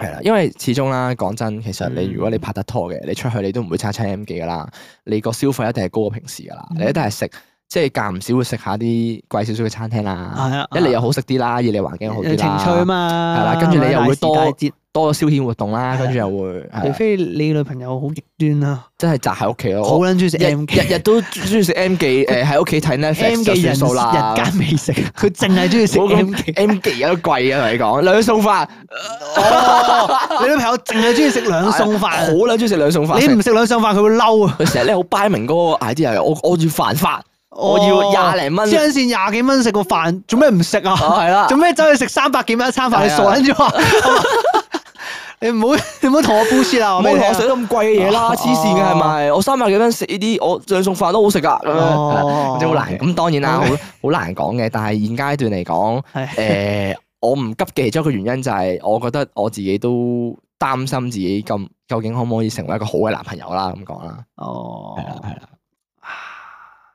係啦，因為始終啦，講真，其實你嗯如果你拍得拖嘅，你出去你都唔會差差 M 記噶啦，你個消費一定係高過平時噶啦，嗯你一定係食，即係間唔少會食下啲貴少少嘅餐廳啦，係啊，一嚟又好食啲啦，二嚟環境又好有啲情趣啊啦，嘛，係啦跟住你又會多大時大節多咗消遣活動啦，跟住又會係除啦非你女朋友好極端啦，真係宅喺屋企咯，好我撚中意食日 M 記日日都中意食 M 記，誒喺屋企睇 M Netflix 就記人算數啦日。間美 食，佢淨係中意食唔好 M 咁記。 M 記而家都貴啊，同你講兩餸飯，哦，你女朋友淨係中意食兩餸啊哎好飯，撚中意食兩餸飯。你唔食兩餸飯佢會嬲啊！佢成日咧好掰明嗰個 idea，係我我要犯法，我哦要廿零蚊黐撚線廿幾蚊食個飯，做咩唔食啊？哦係啦做咩走去食三百幾蚊一餐飯？你係啊傻撚咗啊？ 你唔好你唔好同我 bullshit 啦！冇俾你同聽我食得咁貴嘅嘢啦，哦黐線嘅係咪？我三百幾蚊食呢啲，我兩餸飯都好食啊噶，咁哦樣即係好難。咁當然啦，好 OK 好難講嘅。但係現階段嚟講，係誒，我唔急嘅其中一個原因就係，我覺得我自己都擔心自己咁究竟可唔可以成為一個好嘅男朋友啦，咁講啦，哦係啦，係啦，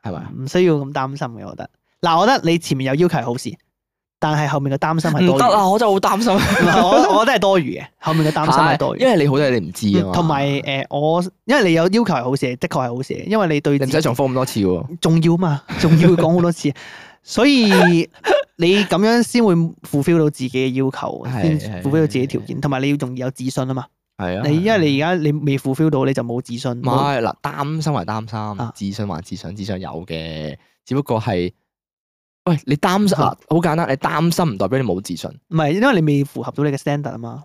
係咪？唔需要咁擔心嘅，我覺得。嗱，我覺得你前面有要求係好事，但係後面嘅擔心係唔多得餘。啊！我真係好擔心，唔係我 我覺得係多餘嘅，後面嘅擔心係多餘因。為你好多嘢你唔知啊嘛，嗯同埋誒，我因為你有要求係好事，的確係好事，因為你對你唔自己使重複咁多次喎。重 要嘛，重要講好多次，所以你咁樣先會 fulfill 到自己嘅要求， 係先係 fulfill 到自己條件，同埋你要容易有自信啊嘛。係啊，你因為你而家你未 fulfill 到，你就冇自信。唔冇係嗱，擔心還啊擔心，自信還自信，自信有嘅，只不過係喂你擔心嗱，啊好簡單，你擔心唔代表你冇自信，唔係，因為你未符合到你嘅 standard 啊嘛。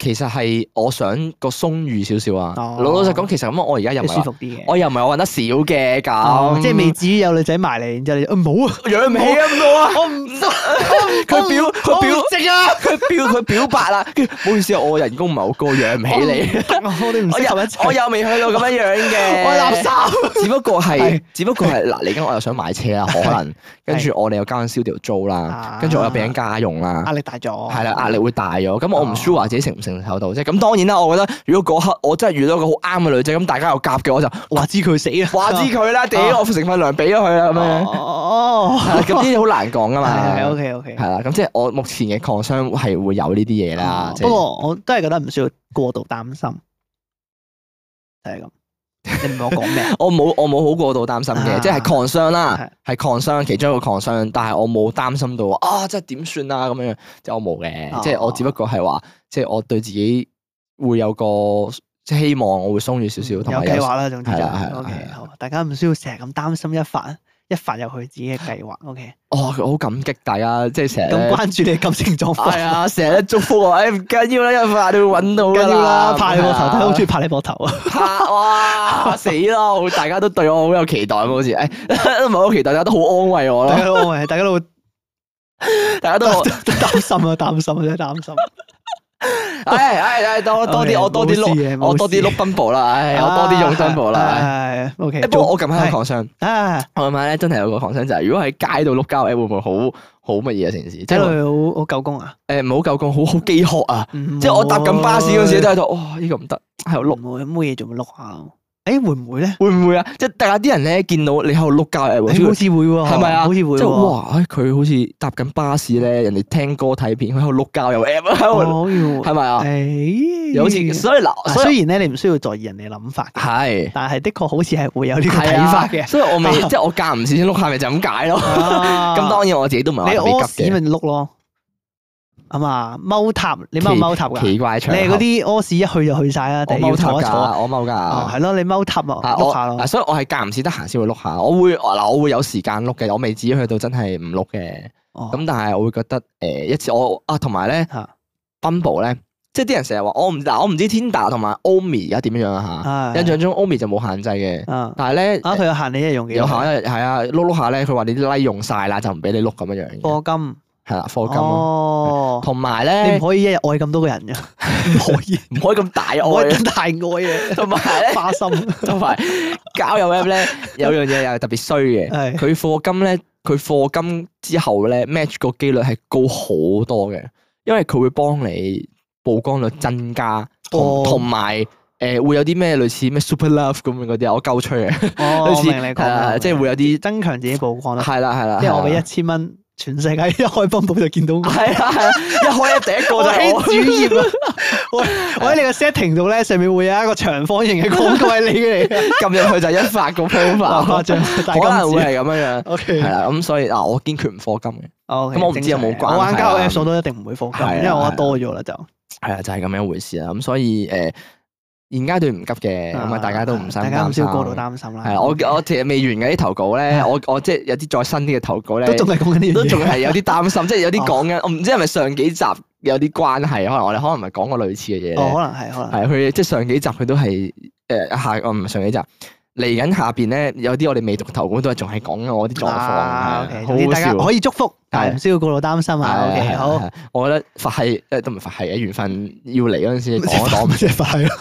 其實係我想個鬆裕少少啊。哦老老實講，其實咁我而家又唔你係舒話服啲嘅。我又唔係話揾得少嘅哦咁，即係未至於有女仔埋嚟，然之後你就啊唔好啊，養唔起啊我啊，我唔佢表佢表值啊，佢表佢表白啦，跟住唔好意思啊，我人工唔係好高，養唔起你。我 哋唔我適又合一我齊，又未去到咁樣樣嘅， 我係垃圾。只不過係係，只不過係嗱，嚟緊我又想買車啦，可能跟住我哋又交緊燒條租啦啊，跟住我又俾緊家用啦壓，力大咗，係啦，壓力會大咗。咁我唔哦 sure 話自己承唔承受到啫。咁當然啦，我覺得如果嗰 刻我真係遇到一個好啱嘅女仔，咁大家又夾嘅，我就話知佢死啊，話知佢啦，屌我成份糧俾咗佢啦咁樣。哦，係啦 咁呢啲好難講噶嘛。係係 OK OK。係啦，咁即係我目前嘅抗傷係會有呢啲嘢啦哦。即係不過我都係覺得唔需要過度擔心，就係咁。你唔明我講咩啊？我冇我冇好過度擔心嘅，啊即係抗傷啦，係抗傷其中一個抗傷，但係我冇擔心到啊，即係點算啊咁樣樣，即係我冇嘅，哦即係我只不過係話，即係我對自己會有個即係希望，我會鬆軟少少，同嗯有埋計劃啦，總之係就啦係啦 OK 係啦好。大家唔需要成日咁擔心一發一發入去自己嘅計劃。OK，哦，我好感激大家，即係成日咁咧關注你嘅感情狀係況，啊，成日咧祝福我，哎誒唔緊要啦，一發你會揾到唔㗎緊要啦，拍你膊頭，係啊睇 好中意拍你膊頭啊！拍 哇死啦！好大家都對我好有期待，好似誒 唔係好期待，大家都好安慰我大咯家，都安慰，大家都啊大家都 好。都擔心啊，擔心啊真係擔心。唉唉唉，哎多多啲 OK，我多啲哎冇事碌，嘅冇事啊我多啲碌 Bumble 啦，唉，我多啲用 Bumble 啦。係 OK 唉。不過我近排有個 concern，係啊，我近排咧真係有個 concern 就係，如果喺街度碌交 app 會唔會好好乜嘢啊？成件事即睇係落話去好好夠工啊！誒唔好夠講，好好飢渴啊！即即係我搭緊巴士嗰陣時都喺度，哇呢個唔得，喺度碌。碌，冇冇嘢做咪碌下。誒會唔會咧？會唔會啊？即係大家啲人咧見到你喺度碌交 app，誒好會似會喎，係咪啊好似會即係喎。哇！唉佢好似搭緊巴士咧，人哋聽歌睇片，佢喺度碌交 友 app 喺度，哦，係要咪啊？誒，又好似所以嗱，嗱啊所以啊雖然咧，你唔需要在意人哋諗法，係但係的確好似係會有呢個係睇啊法嘅。所以我咪即係我間唔時先碌下咪就咁解咯。 咁咁當然我自己都唔啊係話啊你特屙別急屎咪嘅，碌咯，啊嘛，踎塔你踎唔踎塔㗎？奇怪你場合係嗰啲屙屎一去就去晒啦，我定係要踎塔坐一坐啊？㗎，我踎㗎。哦，係咯，你踎塔係啊，我碌下咯嗱，。所以我係間唔時得閒先會碌下，我會嗱我會有時間碌嘅，我未至於去到真係唔碌嘅。哦咁但係我會覺得誒一次我啊，同埋咧嚇 Bumble 咧，即係啲人成日話我唔嗱，我唔知 Tinder 同埋 Omi 而家點樣啊啊嚇。印象中 Omi 就冇限制嘅，啊但係咧啊！佢有限你一樣嘅，有下一日係啊，碌碌下咧，佢話你啲 like 用晒啦，就唔俾你碌咁樣樣嘅，課金係啦，課金咯。哦，同埋啊你咧唔，可以一日愛咁多個人嘅，啊唔可以，唔可以咁大唔可愛，以咁大愛嘅，同埋咧，花心 同埋交友 app 咧，有樣嘢又係特別衰嘅，係佢課金咧，佢課金之後咧 match 個機率係高好多嘅，因為佢會幫你曝光率增加，同哦同埋誒會有啲咩類似咩 super love 咁樣嗰啲啊，我鳩吹嘅，哦，類我似明你講係啊啦，即係會有啲增強自己曝光啦。係啦係啦，即係我係啊俾啦一千蚊，全世界一開泵寶就見到我。 係啊係啊，一開 app 第一個就係 喺我。主 頁啊！我我喺你個 setting 度咧，上面會有一個長方形 嘅廣告係你嘅嚟嘅，撳入去就一發個 profile， 哇誇 張大可能會金子。係咁樣樣， O 係 K，啦，咁所以嗱，啊我堅決唔課金嘅，咁咁我唔知有冇關係啊我玩交友 Apps 我都一定唔會放金，係啊因為我覺得多咗啦就。係啊啦，就係咁樣一回事啦，咁所以呃誒，現階段唔急嘅，咁啊，大家都唔使大家擔唔需心，要過度擔心啦。啊係啦，啊我我其實未完嘅啲投稿咧，我我即係有啲再新啲嘅投稿咧，都仲哦係講緊呢都樣仲嘢。係有啲擔心，即係有啲講緊，我唔知係咪上幾集有啲關係，可能我哋可能咪講過類似嘅嘢 哦，咧，可能係，可能係係啊佢即係上幾集佢都係誒下，哦我唔係上幾集。嚟緊下邊咧，有啲我哋未讀投稿都係仲係講緊我啲狀況，啊係 OK，啊好總之好大家笑。可以祝福，但係係唔需要過度擔心啊。O 係 K，係好。係我覺得佛系誒都唔係佛系嘅緣分要嚟嗰陣 時講一講，即係快咯，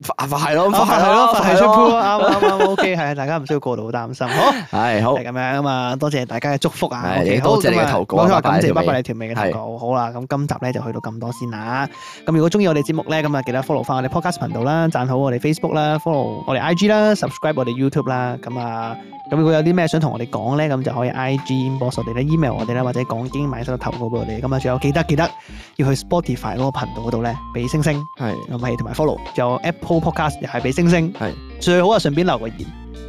佛佛系啊咯，咁佛快系啊係咯，咯，佛快系出鋪咯，咯，啱啱啱 OK，係大家唔需要過度擔心。好。係好系咁樣啊嘛，多謝大家嘅祝福啊係 OK，亦好多謝你嘅咁啊投稿啊冇拜拜錯，感謝條包尾括你條尾嘅投稿。好啦，咁今集咧就去到咁多先啦。咁如果中意我哋節目咧，咁啊記得 follow 翻我哋 podcast 頻道啦，讚好我哋 Facebook 啦，follow 我哋 IG 啦，subscribe 我哋 YouTube 啦。咁啊，咁如果有啲咩想同我哋講咧，咁就可以 IG inbox 我哋啦，email 我哋啦，或者講經買手投稿俾我哋。咁啊，仲有記得記得要去 Spotify 嗰個頻道嗰度咧，俾星星。係咁係同埋 follow，仲有 Apple Podcast 又係俾星星，係最好啊順便留個言。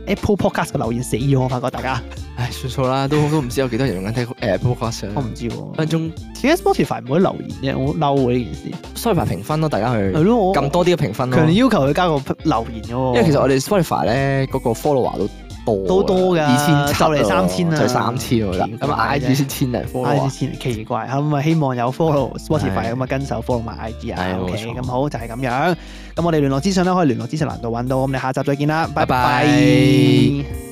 Apple Podcast 嘅留言死咗，我發覺大家唉算數啦，都都唔知有幾多人用緊聽呃誒 podcast 我啦唔知喎啊分。鐘點解 Spotify 唔可以留言嘅？我好嬲喎呢件事。 Spotify 評分咯，大家去係咯，我撳多啲嘅評分咯強，烈要求佢加個留言嘅喎。因為其實我哋 Spotify 咧嗰個 follower 都多啊都多㗎二千七啊就嚟3000啦就三千喎奇怪咁啊啫 IG 先千零 I G follower，啊先奇怪，咁啊希望有 follow Spotify 係咁啊跟手 follow 埋 I G 啊係。冇 OK，錯咁好就係咁樣。咁我哋聯絡資訊咧可以聯絡資訊欄度揾到。咁我哋下集再見啦，拜拜拜拜。